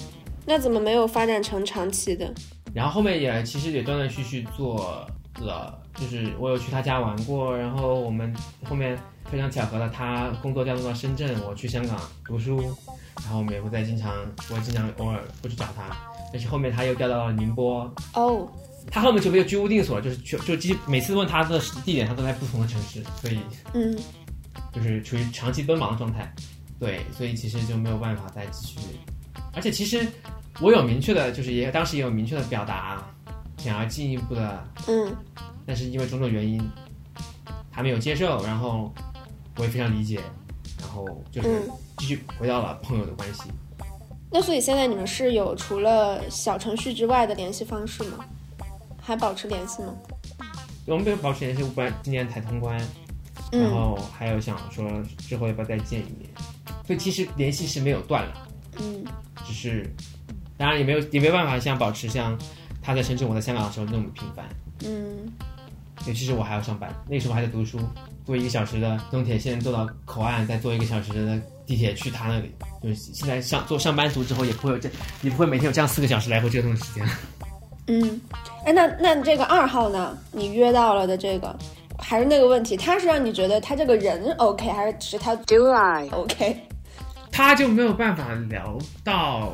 [SPEAKER 2] 那怎么没有发展成长期的？
[SPEAKER 4] 然后后面也其实也断断续续做了，就是我有去他家玩过，然后我们后面非常巧合的，他工作调动到深圳，我去香港读书，然后我们也会在经常，我也经常偶尔会去找他，但是后面他又调到了宁波，
[SPEAKER 2] 哦，
[SPEAKER 4] 他后面就没有居无定所，就是去就基每次问他的地点，他都在不同的城市，所以
[SPEAKER 2] 嗯，
[SPEAKER 4] 就是处于长期奔忙的状态，对，所以其实就没有办法再继续。而且其实我有明确的，就是也当时也有明确的表达，想要进一步的，
[SPEAKER 2] 嗯，
[SPEAKER 4] 但是因为种种原因，他没有接受，然后我也非常理解，然后就是
[SPEAKER 2] 嗯
[SPEAKER 4] 继续回到了朋友的关系。
[SPEAKER 2] 那所以现在你们是有除了小程序之外的联系方式吗？还保持联系吗？
[SPEAKER 4] 我们没有保持联系，不然今年才通关，然
[SPEAKER 2] 嗯
[SPEAKER 4] 后还有想说之后要不要再见一面，所以其实联系是没有断了。
[SPEAKER 2] 嗯
[SPEAKER 4] 只是当然也没有也没办法像保持像他在深圳我在香港的时候那么频繁，
[SPEAKER 2] 嗯
[SPEAKER 4] 尤其是我还要上班，那个时候我还在读书，坐一个小时的东铁线坐到口岸，再坐一个小时的地铁去他那里。就是现在上做上班族之后，也不会有这，也不会每天有这样四个小时来回折腾的时间。
[SPEAKER 2] 嗯，哎，那那这个二号呢？你约到了的这个，还是那个问题，他是让你觉得他这个人 OK，还是只是他
[SPEAKER 5] Do I?
[SPEAKER 2] OK？
[SPEAKER 4] 他就没有办法聊到，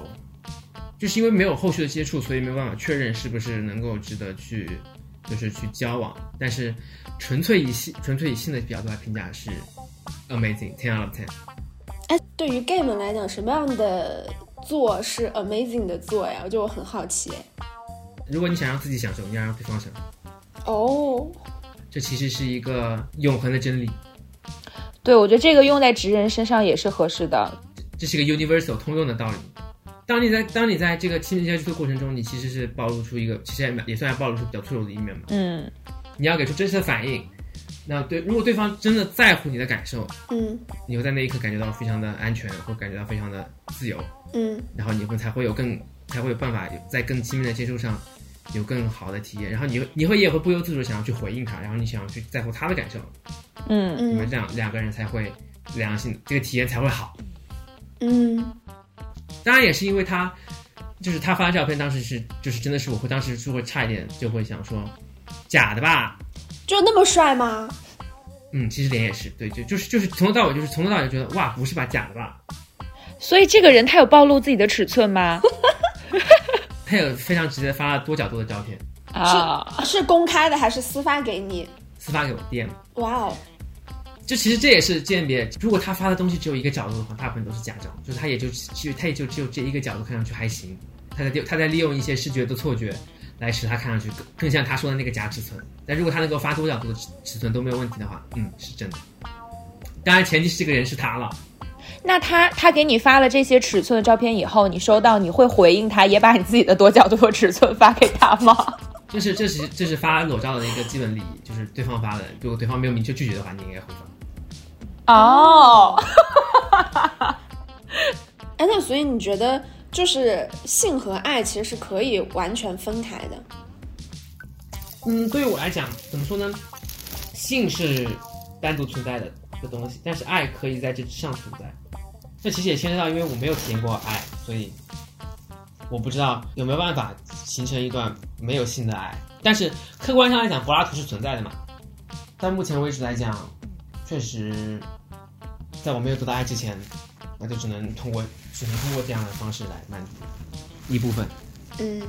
[SPEAKER 4] 就是因为没有后续的接触，所以没有办法确认是不是能够值得去，就是去交往。但是纯粹以性纯粹以性的角度来评价是 amazing 啊 ten out of ten。
[SPEAKER 2] 哎，对于 gay 们来讲，什么样的做是 amazing 的做呀？我就我很好奇。
[SPEAKER 4] 如果你想让自己享受，你要让对方享受，
[SPEAKER 2] 哦，
[SPEAKER 4] 这其实是一个永恒的真理，
[SPEAKER 3] 对，我觉得这个用在直人身上也是合适的。
[SPEAKER 4] 这是一个 universal 通用的道理。当你在当你在这个亲密接触的过程中，你其实是暴露出一个，其实也蛮也算是暴露出比较脆弱的一面嘛。
[SPEAKER 3] 嗯，
[SPEAKER 4] 你要给出真实的反应。那对，如果对方真的在乎你的感受，
[SPEAKER 2] 嗯
[SPEAKER 4] 你会在那一刻感觉到非常的安全，或感觉到非常的自由，
[SPEAKER 2] 嗯
[SPEAKER 4] 然后你会才会有更才会有办法在更亲密的接触上有更好的体验，然后你会你会也会不由自主地想要去回应他，然后你想要去在乎他的感受，
[SPEAKER 3] 嗯，
[SPEAKER 4] 你们
[SPEAKER 2] 嗯
[SPEAKER 4] 这样两个人才会良性，这个体验才会好。
[SPEAKER 2] 嗯
[SPEAKER 4] 当然也是因为他，就是他发照片当时是就是真的是我会当时就会差一点就会想说假的吧，
[SPEAKER 2] 就那么帅吗？
[SPEAKER 4] 嗯，其实脸也是对，就就是就是从头到尾就是从头到尾觉得哇不是吧假的吧，
[SPEAKER 3] 所以这个人他有暴露自己的尺寸 吗？
[SPEAKER 4] 他有非常直接发了多角度的照片，
[SPEAKER 3] 啊，
[SPEAKER 2] 是公开的还是私发给你？
[SPEAKER 4] 私发给我 DM。
[SPEAKER 2] 哇哦，
[SPEAKER 4] 就其实这也是鉴别，如果他发的东西只有一个角度的话，大部分都是假照，就是他也就就他也就只有这一个角度看上去还行，他在利他在利用一些视觉的错觉来使他看上去更更像他说的那个假尺寸。但如果他能够发多角度的尺尺寸都没有问题的话，嗯，是真的。当然前提是这个人是他了，
[SPEAKER 3] 那他他给你发了这些尺寸的照片以后，你收到你会回应他，也把你自己的多角度和尺寸发给他吗？
[SPEAKER 4] 这是这是这是发裸照的一个基本礼仪，就是对方发的，如果对方没有明确拒绝的话，你应该回发。
[SPEAKER 3] 哦，
[SPEAKER 2] 哎，那所以你觉得就是性和爱其实是可以完全分开的？
[SPEAKER 4] 嗯，对于我来讲，怎么说呢？性是单独存在的的东西，但是爱可以在这之上存在。这其实也牵扯到，因为我没有体验过爱，所以我不知道有没有办法形成一段没有性的爱。但是客观上来讲，柏拉图是存在的嘛？但目前为止来讲，确实，在我没有得到爱之前，那就只能通过只能通过这样的方式来满足一部分。
[SPEAKER 2] 嗯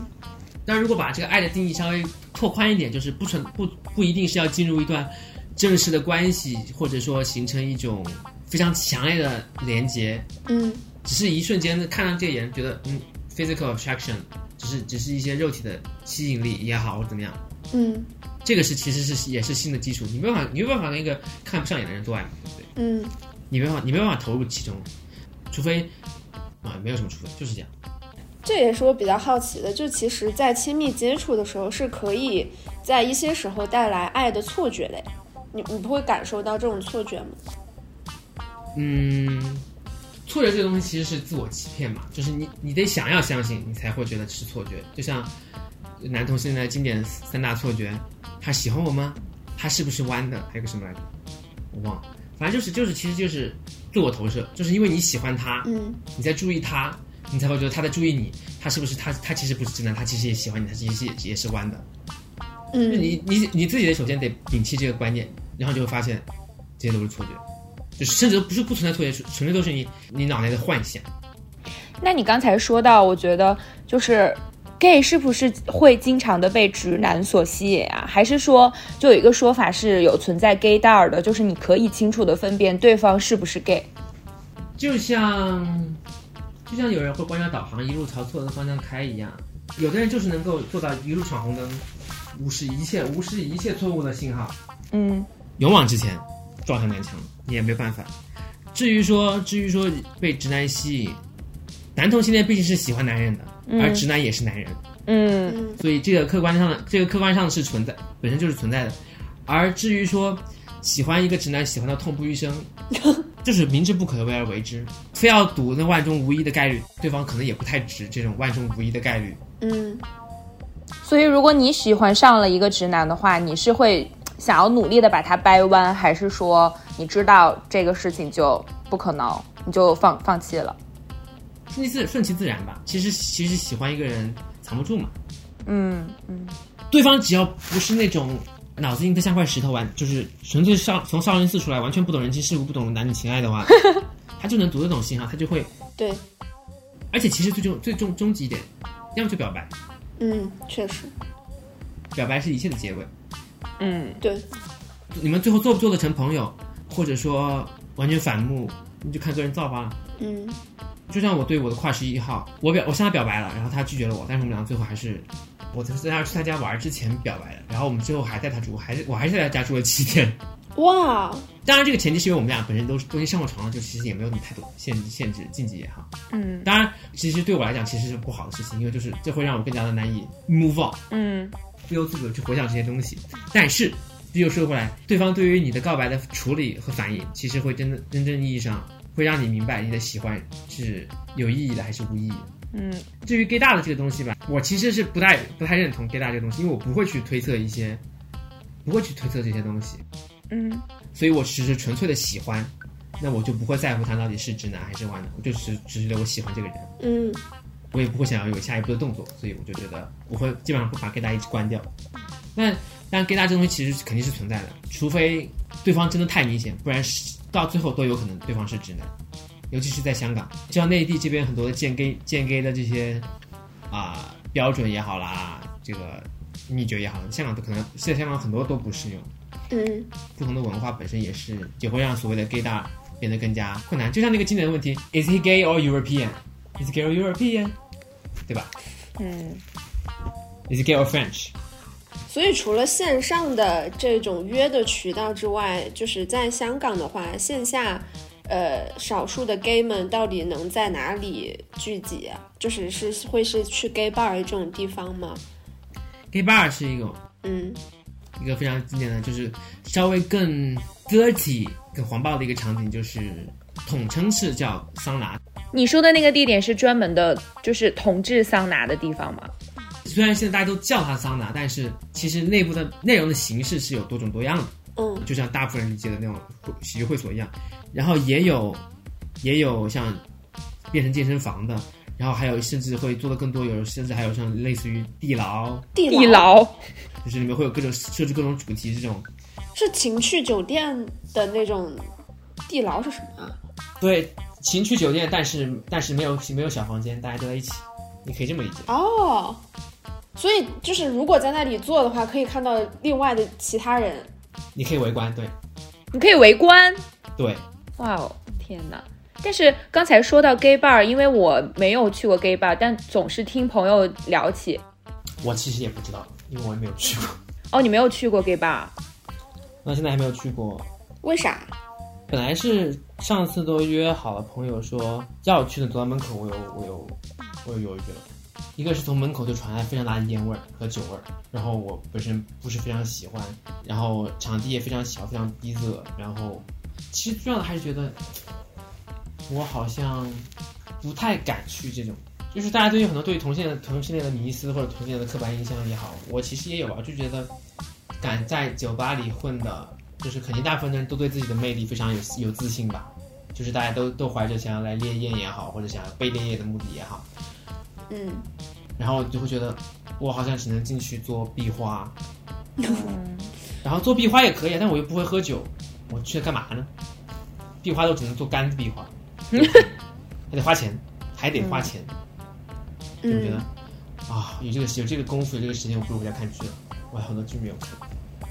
[SPEAKER 4] 但如果把这个爱的定义稍微拓宽一点，就是不纯不不一定是要进入一段正式的关系，或者说形成一种非常强烈的连接，
[SPEAKER 2] 嗯
[SPEAKER 4] 只是一瞬间的看到这个人，觉得嗯，physical attraction，只是只是一些肉体的吸引力也好，或者怎么样，
[SPEAKER 2] 嗯
[SPEAKER 4] 这个是其实是也是性的基础，你没有办法，你没有办法跟一个看不上眼的人做爱，对不对？
[SPEAKER 2] 嗯
[SPEAKER 4] 你没有办法，你没有办法投入其中，除非啊，没有什么除非，就是这样。
[SPEAKER 2] 这也是我比较好奇的，就其实，在亲密接触的时候，是可以在一些时候带来爱的错觉的呀。你你不会感受到这种错觉吗？
[SPEAKER 4] 嗯，错觉这个东西其实是自我欺骗嘛，就是你你得想要相信，你才会觉得是错觉。就像男同性恋的经典三大错觉，他喜欢我吗？他是不是弯的？还有个什么来着？我忘了。反正就是就是，其实就是自我投射，就是因为你喜欢他，
[SPEAKER 2] 嗯
[SPEAKER 4] 你在注意他，你才会觉得他在注意你。他是不是他他其实不是直男，他其实也喜欢你，他其实也也是弯的。就
[SPEAKER 2] 嗯
[SPEAKER 4] 你你你自己得首先得摒弃这个观念，然后就会发现这些都是错觉，就是甚至都不是不存在错觉，纯纯粹都是你你脑袋的幻想。
[SPEAKER 3] 那你刚才说到，我觉得就是 gay 是不是会经常的被直男所吸引啊？还是说，就有一个说法是有存在 gay 带儿的，就是你可以清楚的分辨对方是不是 gay。
[SPEAKER 4] 就像就像有人会关掉导航，一路朝错的方向开一样，有的人就是能够做到一路闯红灯，无视一切无视一切错误的信号，
[SPEAKER 3] 嗯，
[SPEAKER 4] 勇往直前，撞向南墙，你也没办法。至于说至于说被直男吸引，男同性恋毕竟是喜欢男人的，而直男也是男人。
[SPEAKER 3] 嗯，
[SPEAKER 2] 嗯
[SPEAKER 4] 所以这个客观上的这个客观上是存在，本身就是存在的。而至于说喜欢一个直男喜欢到痛不欲生，就是明知不可为而为之，非要赌那万中无一的概率，对方可能也不太值这种万中无一的概率。
[SPEAKER 2] 嗯
[SPEAKER 3] 所以如果你喜欢上了一个直男的话，你是会想要努力的把它掰弯，还是说你知道这个事情就不可能，你就放放弃了？
[SPEAKER 4] 顺其自顺其自然吧。其实其实喜欢一个人藏不住嘛，
[SPEAKER 3] 嗯，
[SPEAKER 4] 对方只要不是那种脑子硬得像块石头完，就是纯粹少从少林寺出来，完全不懂人情世故、不懂男女情爱的话，他就能读得懂信号，他就会。
[SPEAKER 2] 对，
[SPEAKER 4] 而且其实最终最终终极一点，要么就表白，
[SPEAKER 2] 嗯，确实，
[SPEAKER 4] 表白是一切的结尾。
[SPEAKER 3] 嗯，
[SPEAKER 2] 对，
[SPEAKER 4] 你们最后做不做得成朋友，或者说完全反目，你就看个人造化了。
[SPEAKER 2] 嗯，
[SPEAKER 4] 就像我对我的跨十一号，我表我向他表白了，然后他拒绝了我，但是我们俩最后还是，我在他去他家玩之前表白的，然后我们最后还带他住，还是我还是在他家住了七天。
[SPEAKER 2] 哇，
[SPEAKER 4] 当然，这个前提是因为我们俩本身都是都已经上过床了，就其实也没有什么太多限制、限制、禁忌也好。
[SPEAKER 3] 嗯
[SPEAKER 4] 当然，其实对我来讲其实是不好的事情，因为就是这会让我更加的难以 move on，
[SPEAKER 3] 嗯
[SPEAKER 4] 不由自主地去回想这些东西。但是，这又说回来，对方对于你的告白的处理和反应，其实会真的真正意义上会让你明白你的喜欢是有意义的还是无意义的。
[SPEAKER 3] 嗯
[SPEAKER 4] 至于 gay 大的这个东西吧，我其实是不太不太认同 gay 大这个东西，因为我不会去推测一些，不会去推测这些东西。
[SPEAKER 3] 嗯
[SPEAKER 4] 所以我只是纯粹的喜欢，那我就不会在乎他到底是直男还是弯的，我就只只觉得我喜欢这个人，
[SPEAKER 2] 嗯，
[SPEAKER 4] 我也不会想要有下一步的动作，所以我就觉得我会基本上会把 gay 大一直关掉。那但 gay 大这东西其实肯定是存在的，除非对方真的太明显，不然是到最后都有可能对方是直男，尤其是在香港，就像内地这边很多的建 gay 建 gay 的这些啊、标准也好啦，这个秘诀也好，香港都可能现在香港很多都不适用。
[SPEAKER 2] 嗯，
[SPEAKER 4] 不同的文化本身也是也会让所谓的 gay 大变得更加困难。就像那个经典的问题，Is he gay or European? Is he gay or European? 对吧
[SPEAKER 3] 嗯
[SPEAKER 4] ？Is he gay or French?
[SPEAKER 2] 所以除了线上的这种约的渠道之外，就是在香港的话，线下，呃，少数的 gay 们到底能在哪里聚集啊？就是是会是去 gay bar 这种地方吗？
[SPEAKER 4] gay bar 是一个
[SPEAKER 2] 嗯
[SPEAKER 4] 一个非常经典的，就是稍微更 dirty、更黄暴的一个场景，就是统称是叫桑拿。
[SPEAKER 3] 你说的那个地点是专门的，就是同志桑拿的地方吗？
[SPEAKER 4] 虽然现在大家都叫它桑拿，但是其实内部的内容的形式是有多种多样的。
[SPEAKER 2] 嗯
[SPEAKER 4] 就像大部分人理解的那种会洗浴会所一样，然后也有也有像变成健身房的，然后还有甚至会做的更多，有甚至还有像类似于地牢，
[SPEAKER 2] 地
[SPEAKER 3] 地牢，
[SPEAKER 4] 就是里面会有各种设置各种主题这种。
[SPEAKER 2] 是情趣酒店的那种地牢是什么啊？
[SPEAKER 4] 对，情趣酒店，但是但是没有没有小房间，大家都在一起，你可以这么理解。
[SPEAKER 2] 哦，所以就是如果在那里做的话，可以看到另外的其他人。
[SPEAKER 4] 你可以围观，对
[SPEAKER 3] 你可以围观。
[SPEAKER 4] 对，
[SPEAKER 3] 哇哦，天哪！但是刚才说到 gay bar，因为我没有去过 gay bar，但总是听朋友聊起。
[SPEAKER 4] 我其实也不知道，因为我也没有去 过，
[SPEAKER 3] 哦，你没有去过 gay bar？
[SPEAKER 4] 那现在还没有去过。
[SPEAKER 2] 为啥？
[SPEAKER 4] 本来是上次都约好了，朋友说要去的，走到门口，我有我有我有犹豫了。一个是从门口就传来非常大的烟味儿和酒味儿，然后我本身不是非常喜欢，然后场地也非常小，非常逼仄，然后其实最重要的还是觉得嗯我好像不太敢去这种，就是大家对于很多对于同性恋的同性恋的迷思或者同性恋的刻板印象也好，我其实也有吧，就觉得敢在酒吧里混的就是肯定大部分人都对自己的魅力非常有有自信吧，就是大家都都怀着想要来烈焰也好，或者想要被烈焰的目的也好，
[SPEAKER 2] 嗯，
[SPEAKER 4] 然后就会觉得我好像只能进去做壁花，然后做壁花也可以，啊，但我又不会喝酒，我去干嘛呢？壁花都只能做干的壁花，还得花钱，还得花钱，就觉得
[SPEAKER 2] 嗯，
[SPEAKER 4] 啊，有这个有这个功夫，有这个时间，我不如回家看剧了，我还有很多剧没有看，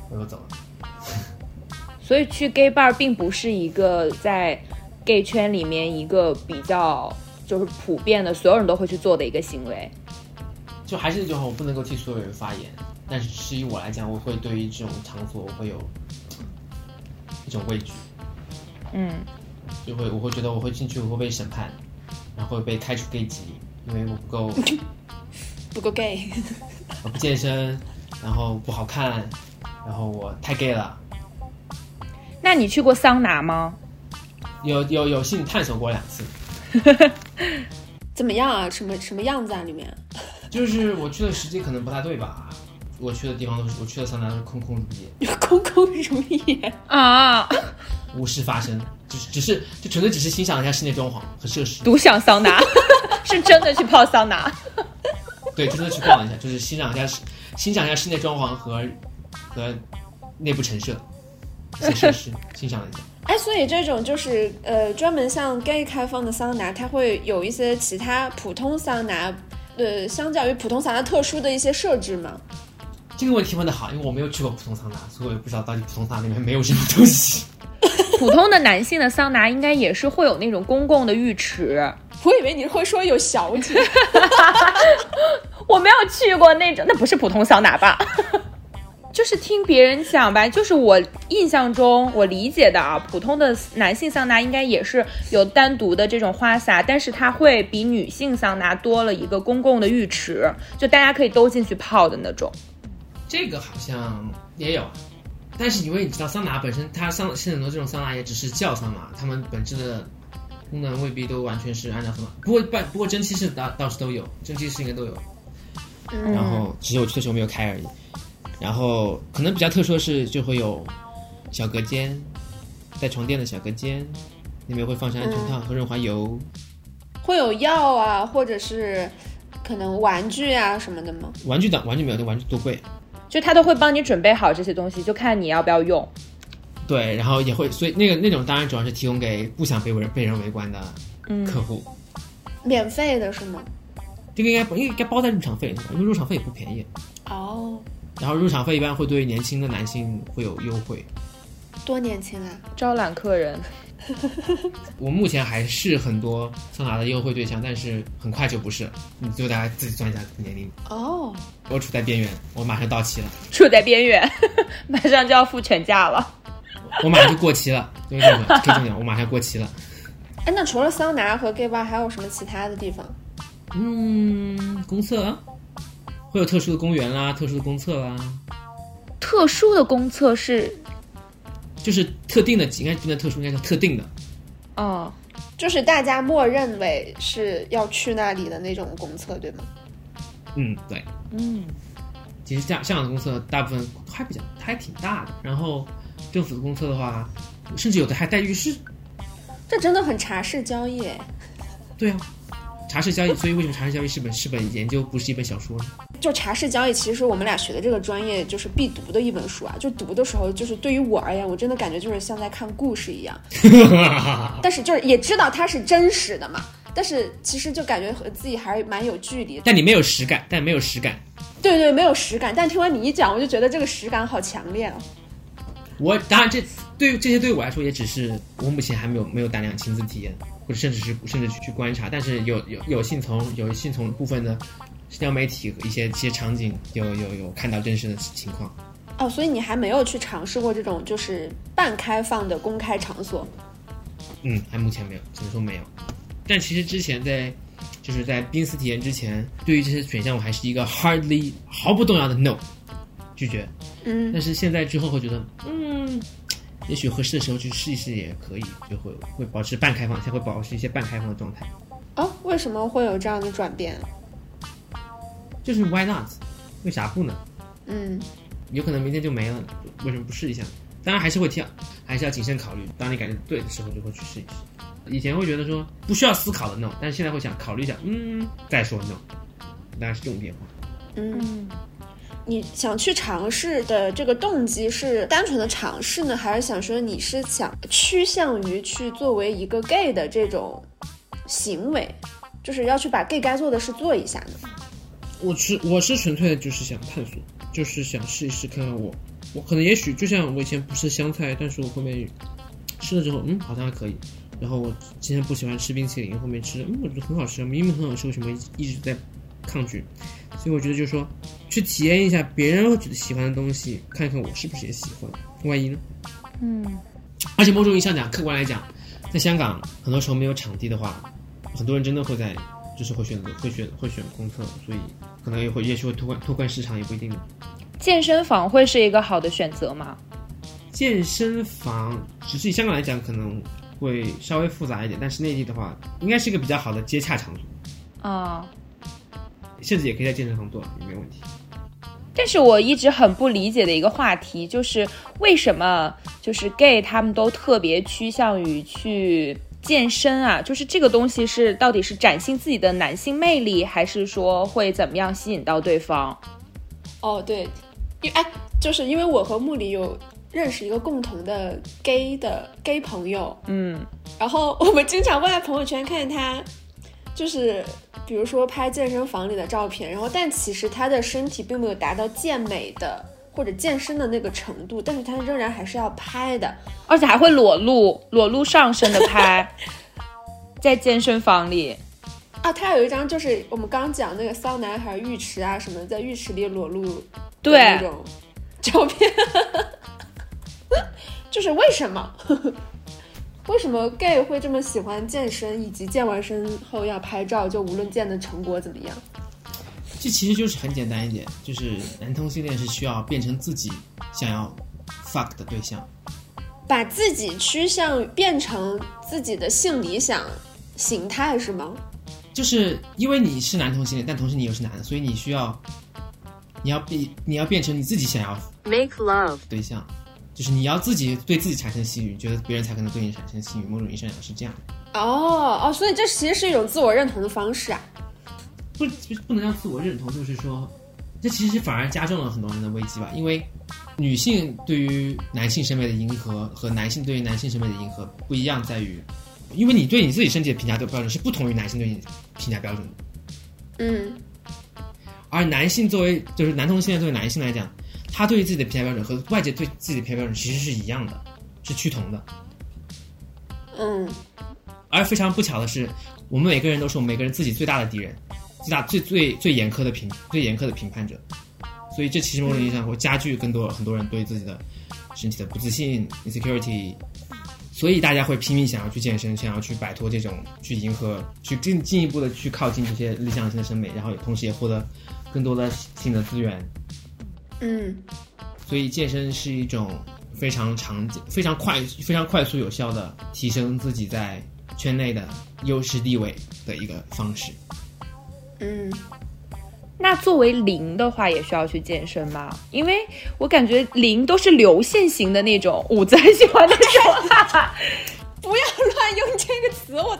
[SPEAKER 4] 我又走了。
[SPEAKER 3] 所以去 gay bar 并不是一个在 gay 圈里面一个比较就是普遍的，所有人都会去做的一个行为。
[SPEAKER 4] 就还是那句话，我不能够替所有人发言，但是至于我来讲，我会对于这种场所我会有一种畏惧，
[SPEAKER 3] 嗯
[SPEAKER 4] 就会我会觉得我会进去我会被审判，然后会被开除 gay 级，因为我不够，
[SPEAKER 2] 不够 gay。
[SPEAKER 4] 我不健身，然后不好看，然后我太 gay 了。
[SPEAKER 3] 那你去过桑拿吗？
[SPEAKER 4] 有有有幸探索过两次，
[SPEAKER 2] 怎么样啊？什么什么样子啊？里面？
[SPEAKER 4] 就是我去的时机可能不大对吧？我去的地方都是我去的桑拿都是空空如也，
[SPEAKER 5] 空空如也。
[SPEAKER 3] 啊，
[SPEAKER 4] 无事发生，只只是就纯粹只是欣赏一下室内装潢和设施，
[SPEAKER 3] 独享桑拿， 是真的去泡桑拿。
[SPEAKER 4] 对，真的去逛一下，就是欣赏一下室欣赏一下室内装潢和和内部陈设一些设施，欣赏一下。
[SPEAKER 2] 哎，所以这种就是呃，专门向 gay 开放的桑拿，它会有一些其他普通桑拿，呃，相较于普通桑拿特殊的一些设置吗？
[SPEAKER 4] 这个问题问的好，因为我没有去过普通桑拿，所以我也不知道到底普通桑拿里面没有什么东西。
[SPEAKER 3] 普通的男性的桑拿应该也是会有那种公共的浴池，
[SPEAKER 2] 我以为你会说有小姐，
[SPEAKER 3] 我没有去过那种，那不是普通桑拿吧？ 就是听别人讲吧，就是我印象中我理解的啊，普通的男性桑拿应该也是有单独的这种花洒，但是它会比女性桑拿多了一个公共的浴池，就大家可以都进去泡的那种。
[SPEAKER 4] 这个好像也有，但是因为你知道桑拿本身，它桑现在很多这种桑拿也只是叫桑拿，它们本质的功能未必都完全是按照桑拿。不过半不过蒸汽室倒倒是都有，蒸汽室应该都有。然后只是我去的时候没有开而已。然后可能比较特殊的是，就会有小隔间，带床垫的小隔间，里面会放上安全套和润滑油。
[SPEAKER 2] 会有药啊，或者是可能玩具啊什么的吗？
[SPEAKER 4] 玩具的玩具没有，那玩具多贵。
[SPEAKER 3] 就他都会帮你准备好这些东西，就看你要不要用。
[SPEAKER 4] 对，然后也会，所以那个那种当然主要是提供给不想被围被人围观的客户。
[SPEAKER 2] 免费的是吗？
[SPEAKER 4] 这个应该不应该包在入场费里，因为入场费也不便宜。
[SPEAKER 2] 哦，
[SPEAKER 4] 然后入场费一般会对年轻的男性会有优惠。
[SPEAKER 2] 多年轻啊！
[SPEAKER 3] 招揽客人，
[SPEAKER 4] 我目前还是很多桑拿的优惠对象，但是很快就不是了。你就大家自己算一下年龄，
[SPEAKER 2] 哦，
[SPEAKER 4] 我处在边缘，我马上到期了，
[SPEAKER 3] 处在边缘，马上就要付全价了。
[SPEAKER 4] 我马上就过期了，就是这种可以这么讲，我马上过期了。
[SPEAKER 2] 哎，那除了桑拿和 gay bar，还有什么其他的地方？
[SPEAKER 4] 嗯，公厕会有特殊的公园啦，特殊的公厕啦，
[SPEAKER 3] 特殊的公厕是，
[SPEAKER 4] 就是特定的，应该不能特殊，应该叫特定的。
[SPEAKER 3] 哦，
[SPEAKER 2] 就是大家默认为是要去那里的那种公厕，对吗？
[SPEAKER 4] 嗯，对。
[SPEAKER 3] 嗯，
[SPEAKER 4] 其实像香港的公厕大部分还比较还挺大的，然后政府的公厕的话，甚至有的还带浴室。
[SPEAKER 2] 这真的很茶室交易哎，
[SPEAKER 4] 对啊，茶室交易，所以为什么茶室交易是本是本研究，不是一本小说呢？
[SPEAKER 2] 就茶室交易，其实我们俩学的这个专业就是必读的一本书啊。就读的时候，就是对于我而言，我真的感觉就是像在看故事一样。但是就是也知道它是真实的嘛，但是其实就感觉和自己还是蛮有距离的。
[SPEAKER 4] 但你没有实感，但没有实感。
[SPEAKER 2] 对对，没有实感。但听完你一讲，我就觉得这个实感好强烈哦。
[SPEAKER 4] 我当然这对于这些对我来说也只是我目前还没有没有胆量亲自体验，或者甚至是甚至去去观察，但是有有有幸从有幸从部分的社交媒体和一些一些场景有有有看到真实的情况。
[SPEAKER 2] 哦，所以你还没有去尝试过这种就是半开放的公开场所。
[SPEAKER 4] 嗯，还目前没有，只能说没有。但其实之前在，就是在濒死体验之前，对于这些选项我还是一个 hardly 毫不动摇的 no 拒绝。
[SPEAKER 2] 嗯，
[SPEAKER 4] 但是现在之后会觉得，嗯，也许合适的时候去试一试也可以，就会会保持半开放，才会保持一些半开放的状态。
[SPEAKER 2] 哦，为什么会有这样的转变？啊
[SPEAKER 4] 就是 why not？为啥不呢？
[SPEAKER 2] 嗯，
[SPEAKER 4] 有可能明天就没了，为什么不试一下？当然还是会跳，还是要谨慎考虑。当你感觉对的时候，就会去试一试。以前会觉得说不需要思考的 no，但是现在会想考虑一下，嗯，再说 no，当然是这种变化。
[SPEAKER 2] 你想去尝试的这个动机是单纯的尝试呢，还是想说你是想趋向于去作为一个 gay 的这种行为，就是要去把 gay 该做的事做一下呢？
[SPEAKER 4] 我是我是纯粹的就是想探索，就是想试一试看看我，我可能也许就像我以前不吃香菜，但是我后面吃了之后，嗯，好像还可以。然后我之前不喜欢吃冰淇淋，后面吃，嗯，我觉得很好吃，明明很好吃，为什么一直在抗拒？所以我觉得就是说，去体验一下别人会觉得喜欢的东西，看看我是不是也喜欢，万一呢？嗯。而且某种意义上讲，客观来讲，在香港很多时候没有场地的话，很多人真的会在就是会选择会选会选公厕，所以可能也会也许会拓宽拓宽市场也不一定。
[SPEAKER 3] 健身房会是一个好的选择吗？
[SPEAKER 4] 健身房只是以香港来讲可能会稍微复杂一点，但是内地的话应该是一个比较好的接洽场所，
[SPEAKER 3] 啊、
[SPEAKER 4] 甚至也可以在健身房做，也没有问题。
[SPEAKER 3] 但是我一直很不理解的一个话题就是，为什么就是 gay 他们都特别趋向于去健身啊？就是这个东西是到底是展现自己的男性魅力，还是说会怎么样吸引到对方？
[SPEAKER 2] 哦，对，因为哎，就是因为我和木里有认识一个共同的 gay 的 gay 朋友，
[SPEAKER 3] 嗯，
[SPEAKER 2] 然后我们经常会在朋友圈看见他，就是比如说拍健身房里的照片，然后但其实他的身体并没有达到健美的或者健身的那个程度，但是他仍然还是要拍的。
[SPEAKER 3] 而且还会裸露，裸露上身的 拍，在健身房里。
[SPEAKER 2] 啊，他有一张就是我们刚讲那个骚男孩浴池啊什么的，在浴池里裸露的
[SPEAKER 3] 对
[SPEAKER 2] 那种照片， 就是为什么？ 为什么 gay 会这么喜欢健身，以及健完身后要拍照，就无论健的成果怎么样？
[SPEAKER 4] 这其实就是很简单一点，就是男同性恋是需要变成自己想要 fuck 的对象。
[SPEAKER 2] 把自己趋向变成自己的性理想形态是吗？
[SPEAKER 4] 就是因为你是男同性恋，但同时你又是男的，所以你需要，你要变，你要变成你自己想要
[SPEAKER 5] Make love.
[SPEAKER 4] 对象，就是你要自己对自己产生性欲，觉得别人才可能对你产生性欲。某种意义上讲是这样的，
[SPEAKER 2] 哦哦，所以这其实是一种自我认同的方式啊。
[SPEAKER 4] 不不不能叫自我认同，就是说，这其实反而加重了很多人的危机吧，因为女性对于男性审美的迎合和男性对于男性审美的迎合不一样，在于，因为你对你自己身体的评价的标准是不同于男性对你评价标准的。
[SPEAKER 2] 嗯，
[SPEAKER 4] 而男性作为就是男同性恋作为男性来讲，他对于自己的评价标准和外界对自己的评价标准其实是一样的，是趋同的。
[SPEAKER 2] 嗯，
[SPEAKER 4] 而非常不巧的是，我们每个人都是我们每个人自己最大的敌人，最大最最最严苛的评最严苛的评判者。所以这其实某种意义上会加剧更多很多人对自己的身体的不自信 insecurity，所以大家会拼命想要去健身，想要去摆脱这种去迎合，去更进一步的去靠近这些理想型的审美，然后也同时也获得更多的性的资源。
[SPEAKER 2] 嗯，
[SPEAKER 4] 所以健身是一种非常常见、非常快、非常快速有效的提升自己在圈内的优势地位的一个方式。
[SPEAKER 2] 嗯，
[SPEAKER 3] 那作为零的话，也需要去健身吗？因为我感觉零都是流线型的那种，我子很喜欢那种。
[SPEAKER 2] 不要乱用这个词，我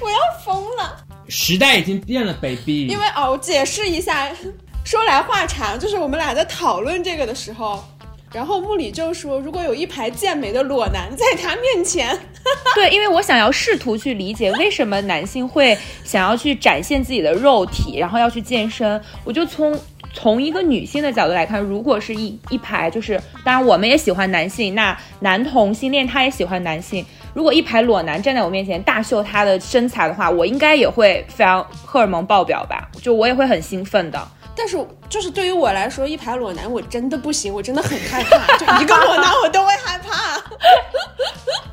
[SPEAKER 2] 我要疯了。
[SPEAKER 4] 时代已经变了，baby。
[SPEAKER 2] 因为哦，我解释一下，说来话长，就是我们俩在讨论这个的时候，然后穆里就说，如果有一排健美的裸男在他面前，
[SPEAKER 3] 对，因为我想要试图去理解为什么男性会想要去展现自己的肉体，然后要去健身。我就从从一个女性的角度来看，如果是一一排，就是当然我们也喜欢男性，那男同性恋他也喜欢男性。如果一排裸男站在我面前大秀他的身材的话，我应该也会非常荷尔蒙爆表吧？就我也会很兴奋的。
[SPEAKER 2] 但是就是对于我来说，一排裸男我真的不行，我真的很害怕，就一个裸男我都会害怕。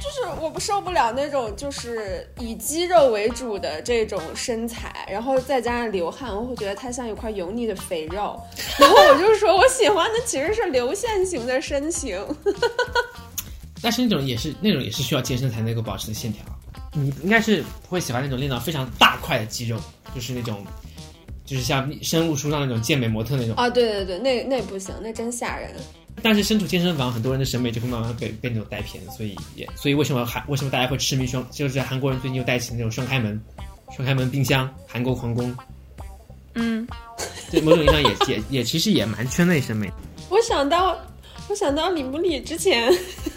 [SPEAKER 2] 就是我不受不了那种就是以肌肉为主的这种身材，然后再加上流汗，我会觉得它像一块油腻的肥肉。然后我就说我喜欢的其实是流线型的身形。
[SPEAKER 4] 但是那种也是那种也是需要健身才能够保持的线条。你应该是不会喜欢那种练到非常大块的肌肉，就是那种，就是像生物书上那种健美模特那 种。
[SPEAKER 2] 啊，对对对，那那不行，那真吓人。
[SPEAKER 4] 但是身处健身房，很多人的审美就会慢慢被被那种带偏，所以也所以为什么韩为什么大家会痴迷双，就是韩国人最近又带起那种双开门、双开门冰箱、韩国皇宫，
[SPEAKER 3] 嗯，
[SPEAKER 4] 这某种意义上也 也也其实也蛮圈内审美的。
[SPEAKER 2] 我想到，我想到李不理之前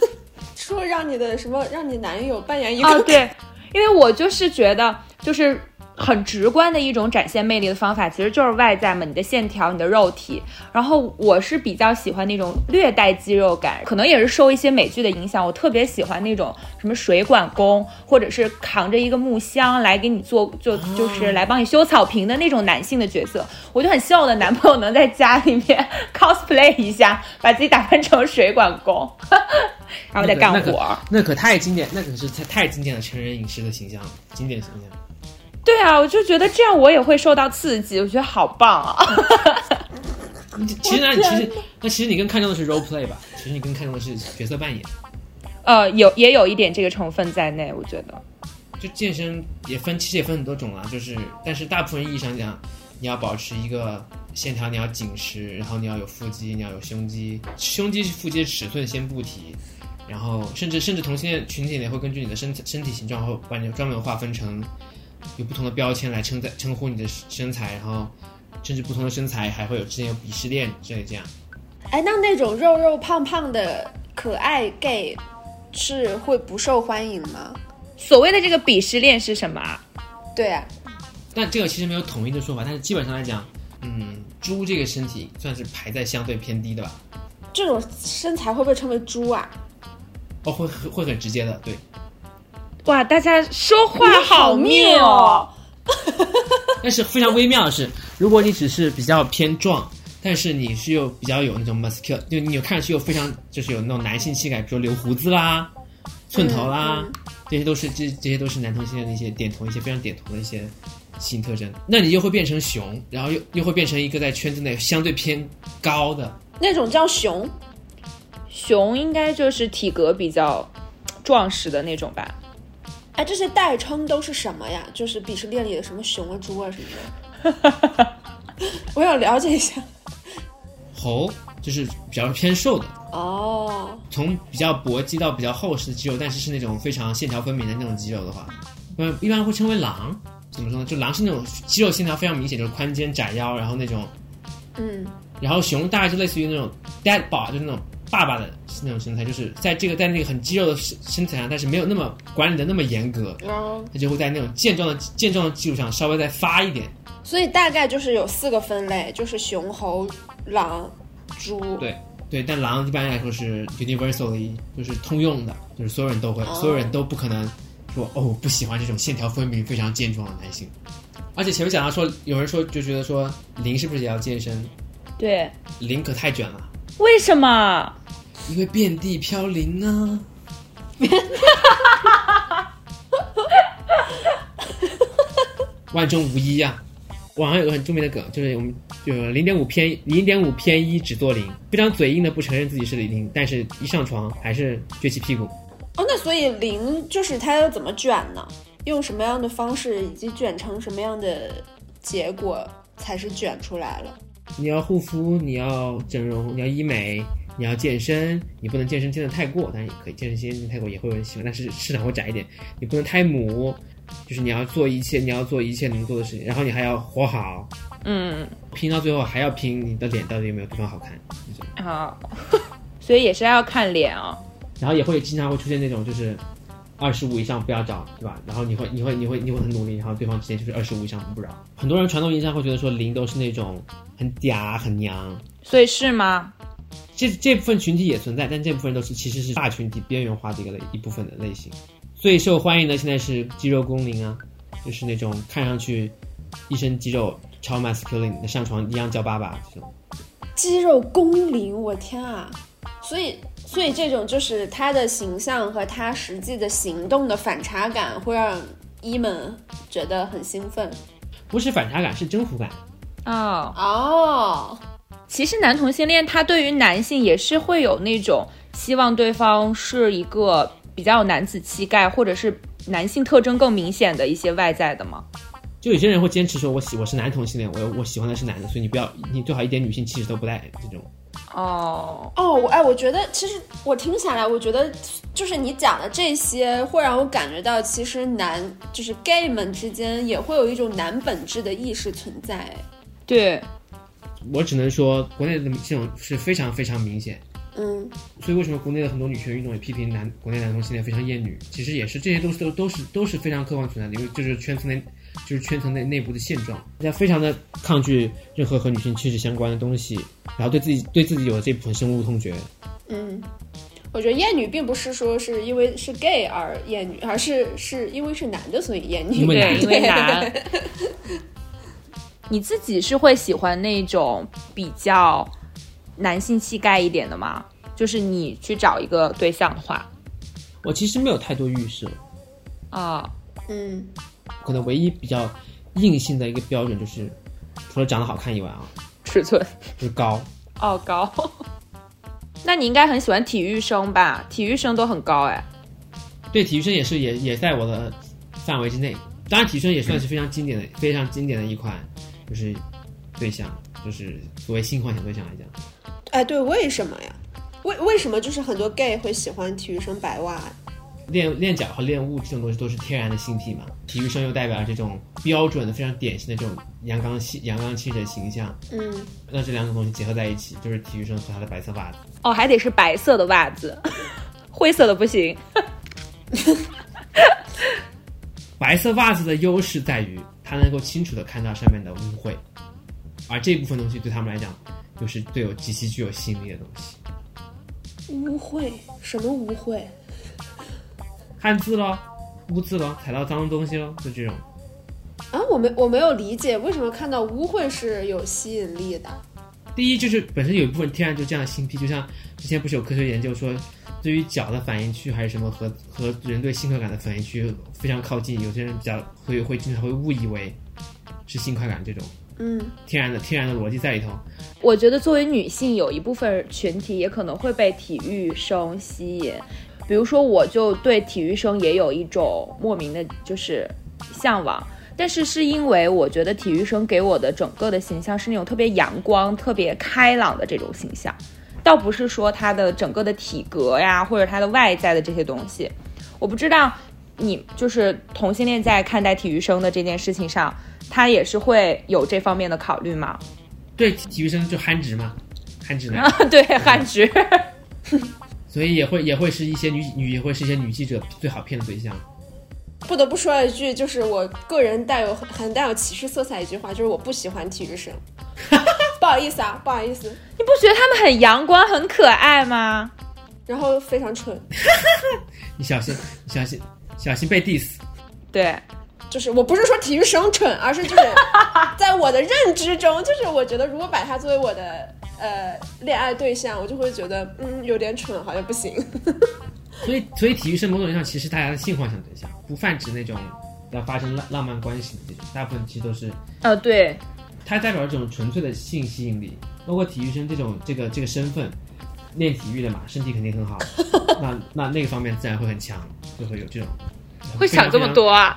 [SPEAKER 2] 说让你的什么，让你男友扮演一个、
[SPEAKER 3] 哦，对， 因为我就是觉得，就是很直观的一种展现魅力的方法，其实就是外在嘛，你的线条、你的肉体。然后我是比较喜欢那种略带肌肉感，可能也是受一些美剧的影响，我特别喜欢那种什么水管工，或者是扛着一个木箱来给你做，就就是来帮你修草坪的那种男性的角色。我就很希望我的男朋友能在家里面 cosplay 一下，把自己打扮成水管工， 然后再干活。
[SPEAKER 4] 那可那可太经典，那可是太太经典的成人影视的形象了，经典形象。
[SPEAKER 3] 对啊，我就觉得这样我也会受到刺激，我觉得好棒 啊！
[SPEAKER 4] 其实那其实那其实你更看重的是 role play 吧，其实你更看重的是角色扮演。
[SPEAKER 3] 呃，有也有一点这个成分在内，我觉得。
[SPEAKER 4] 啊就健身也分，其实也分很多种啦，就是但是大部分意义上讲，你要保持一个线条，你要紧实，然后你要有腹肌，你要有胸肌，胸肌是腹肌的尺寸先不提，然后甚至甚至同性恋群体也会根据你的身身体形状，会把你专门划分成有不同的标签来称赞称呼你的身材，然后甚至不同的身材还会有之间有鄙视链之类这样。
[SPEAKER 2] 哎，那那种肉肉胖胖的可爱 gay 是会不受欢迎吗？
[SPEAKER 3] 所谓的这个鄙视链是什么啊？
[SPEAKER 2] 对啊，
[SPEAKER 4] 但这个其实没有统一的说法，但是基本上来讲，嗯，猪这个身体算是排在相对偏低的吧。
[SPEAKER 2] 这种身材会不会称为猪啊？
[SPEAKER 4] 哦，会会会很直接的，对，
[SPEAKER 3] 哇，大家说话好
[SPEAKER 2] 你
[SPEAKER 3] 密
[SPEAKER 2] 好
[SPEAKER 3] 哦！
[SPEAKER 4] 但是非常微妙的是，如果你只是比较偏壮，但是你是又比较有那种 muscular，就你有看上去又非常就是有那种男性气概，比如留胡子啦、寸头啦，这些都是这这些都是男同性恋的一些点头一些非常点头的一些性特征。那你又会变成熊，然后又又会变成一个在圈子内相对偏高的，
[SPEAKER 2] 那种叫熊，
[SPEAKER 3] 熊应该就是体格比较壮实的那种吧？
[SPEAKER 2] 哎，这些代称都是什么呀？就是鄙视链里的什么熊啊、猪啊什么的。 我想了解一下。
[SPEAKER 4] 猴就是比较偏瘦的。
[SPEAKER 2] 哦，
[SPEAKER 4] 从比较薄肌到比较厚实的肌肉，但是是那种非常线条分明的那种肌肉的话，嗯，一般会称为狼。怎么说呢？就狼是那种肌肉线条非常明显，就是宽肩窄腰，然后那种，
[SPEAKER 2] 嗯，
[SPEAKER 4] 然后熊大概就类似于那种 dad bod，就是那种爸爸的那种身材，就是在这个在那个很肌肉的身身材上，但是没有那么管理的那么严格，
[SPEAKER 2] 然后
[SPEAKER 4] 它就会在那种健壮的健壮的基础上稍微再发一点。
[SPEAKER 2] 所以大概就是有四个分类，就是熊、猴、狼、猪。
[SPEAKER 4] 对对，但狼一般来说是 universally，就是通用的，就是所有人都会，所有人都不可能说哦，我不喜欢这种线条分明、非常健壮的男性。而且前面讲到说，有人说就觉得说林是不是也要健身？
[SPEAKER 3] 对，
[SPEAKER 4] 林可太卷了，
[SPEAKER 3] 为什么？
[SPEAKER 4] 因为遍地飘零啊。万中无一呀、网上有个很著名的梗，就是我们就零点五偏零点五偏一只做零，非常嘴硬的不承认自己是李宁，但是一上床还是撅起屁股。
[SPEAKER 2] 哦，那所以零就是它要怎么卷呢？用什么样的方式，以及卷成什么样的结果才是卷出来了？
[SPEAKER 4] 你要护肤，你要整容，你要医美，你要健身，你不能健身健得太过，但是也可以健身健得太过也会有人喜欢，但是市场会窄一点。你不能太母，就是你要做一切你要做一切能做的事情，然后你还要活好，
[SPEAKER 3] 嗯，
[SPEAKER 4] 拼到最后还要拼你的脸到底有没有地方好看。
[SPEAKER 3] 好， 所以也是要看脸哦。
[SPEAKER 4] 然后也会经常会出现那种就是二十五以上不要找，对吧？然后你会你会你会你会很努力，然后对方直接就是二十五以上不找。很多人传统印象会觉得说零都是那种很嗲很娘，
[SPEAKER 3] 所以是吗？
[SPEAKER 4] 这这部分群体也存在，但这部分都是其实是大群体边缘化的一个类一部分的类型。最受欢迎的现在是肌肉工龄啊，就是那种看上去一身肌肉超 masculine 的，上床一样叫爸爸这种。
[SPEAKER 2] 肌肉工龄，我天啊！所以，所以这种就是他的形象和他实际的行动的反差感，会让一们觉得很兴奋
[SPEAKER 4] 不是反差感，是征服感。
[SPEAKER 3] 哦，
[SPEAKER 2] 哦。
[SPEAKER 3] 其实男同性恋他对于男性也是会有那种希望对方是一个比较有男子气概，或者是男性特征更明显的一些外在的吗？
[SPEAKER 4] 就有些人会坚持说我喜我是男同性恋，我我喜欢的是男的，所以你不要你最好一点女性气质都不带这种。
[SPEAKER 3] 哦，
[SPEAKER 2] 哦，我哎，我觉得其实我听下来，我觉得就是你讲的这些，会让我感觉到，其实男就是 gay 们之间也会有一种男本质的意识存在。
[SPEAKER 3] 对，
[SPEAKER 4] 我只能说国内的这种是非常非常明显，
[SPEAKER 2] 嗯，
[SPEAKER 4] 所以为什么国内的很多女权运动也批评男国内男同性恋非常厌女，其实也是这些都是都都是都是非常客观存在的，因为就是圈层内就是圈层内内部的现状，大家非常的抗拒任何和女性气质相关的东西，然后对自己对自己有这部分深恶痛绝。
[SPEAKER 2] 嗯，我觉得厌女并不是说是因为是 gay 而厌女，而是是因为是男的所以厌女。
[SPEAKER 4] 因为
[SPEAKER 3] 对，
[SPEAKER 4] 难
[SPEAKER 3] 因为难。你自己是会喜欢那种比较男性气概一点的吗？就是你去找一个对象的话，
[SPEAKER 4] 我其实没有太多预设，
[SPEAKER 3] 啊、
[SPEAKER 2] 嗯，
[SPEAKER 4] 可能唯一比较硬性的一个标准就是，除了长得好看以外啊，
[SPEAKER 3] 尺寸
[SPEAKER 4] 就是高。
[SPEAKER 3] 哦高。 那你应该很喜欢体育生吧？体育生都很高哎。
[SPEAKER 4] 对，体育生也是也也在我的范围之内。当然，体育生也算是非常经典的、非常经典的一款就是对象，就是所谓性幻想对象来讲，
[SPEAKER 2] 哎，对，为什么呀？为为什么就是很多 gay 会喜欢体育生白袜？
[SPEAKER 4] 练练脚和练物这种东西都是天然的性癖嘛。体育生又代表了这种标准的、非常典型的这种阳刚气、阳刚气质的形象。
[SPEAKER 2] 嗯，
[SPEAKER 4] 那这两种东西结合在一起，就是体育生和他的白色袜子。
[SPEAKER 3] 哦，还得是白色的袜子， 灰色的不行。
[SPEAKER 4] 白色袜子的优势在于它能够清楚的看到上面的污秽，而这部分东西对他们来讲，就是对有极其具有吸引力的东西。
[SPEAKER 2] 污秽什么污秽？
[SPEAKER 4] 汉字咯，污渍咯，踩到脏东西咯，就这种。
[SPEAKER 2] 啊，我没我没有理解为什么看到污秽是有吸引力的。
[SPEAKER 4] 第一就是本身有一部分天然就这样的性癖，就像之前不是有科学研究说，对于脚的反应区还是什么和和人对性快感的反应区非常靠近，有些人比较会会经常会误以为是性快感这种
[SPEAKER 2] 嗯，
[SPEAKER 4] 天然的天然的逻辑在里头。
[SPEAKER 3] 我觉得作为女性，有一部分群体也可能会被体育生吸引，比如说，我就对体育生也有一种莫名的，就是向往。但是是因为我觉得体育生给我的整个的形象是那种特别阳光、特别开朗的这种形象，倒不是说他的整个的体格呀，或者他的外在的这些东西。我不知道你就是同性恋在看待体育生的这件事情上，他也是会有这方面的考虑吗？
[SPEAKER 4] 对，体育生就憨直嘛，憨直男
[SPEAKER 3] 啊，， 对，汉直。
[SPEAKER 4] 所以也会也会是一些女女也会是一些女记者最好骗的对象。
[SPEAKER 2] 不得不说一句，就是我个人带有很很带有歧视色彩一句话，就是我不喜欢体 育生。不好意思啊，不好意思。
[SPEAKER 3] 你不觉得他们很阳光、很可爱吗？
[SPEAKER 2] 然后非常蠢，
[SPEAKER 4] 你小心，你小心，小心被 diss。
[SPEAKER 3] 对，
[SPEAKER 2] 就是我不是说体育生蠢，而是 就是在我的认知中，就是我觉得如果把他作为我的呃恋爱对象，我就会觉得嗯有点蠢，好像不行。
[SPEAKER 4] 所以，所以体育生某种意义上其实大家的性幻想对象，不泛指那种要发生浪浪漫关系的这种，大部分其实都是
[SPEAKER 3] 呃，对，
[SPEAKER 4] 它代表一种纯粹的性吸引力，包括体育生这种这个这个身份，练体育的嘛，身体肯定很好，那那那个方面自然会很强，就会有这种
[SPEAKER 3] 会想这么多啊？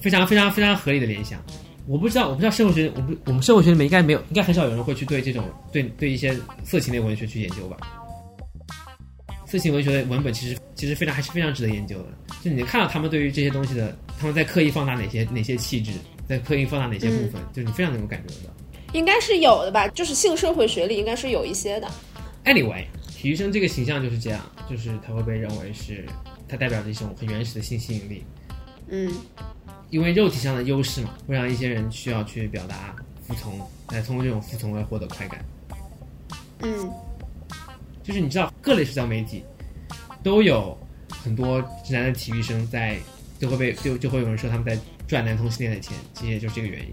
[SPEAKER 4] 非常非常非常合理的联想。我不知道，我不知道生物学，我不我们生物学里面应该没有，应该很少有人会去对这种对对一些色情类文学去研究吧。色情文学的文本其实其实非常还是非常值得研究的，就你看到他们对于这些东西的，他们在刻意放大哪些哪些气质，在刻意放大哪些部分，就是你非常能够感觉得到。
[SPEAKER 2] 应该是有的吧，就是性社会学里应该是有一些的。
[SPEAKER 4] Anyway，体育生这个形象就是这样，就是他会被认为是他代表着一种很原始的性吸引力，
[SPEAKER 2] 嗯，
[SPEAKER 4] 因为肉体上的优势嘛，会让一些人需要去表达服从，来通过这种服从来获得快感。
[SPEAKER 2] 嗯，
[SPEAKER 4] 就是你知道，各类社交媒体都有很多直男的体育生在，就会被就就会有人说他们在赚男同性恋的钱，其实也就是这个原因。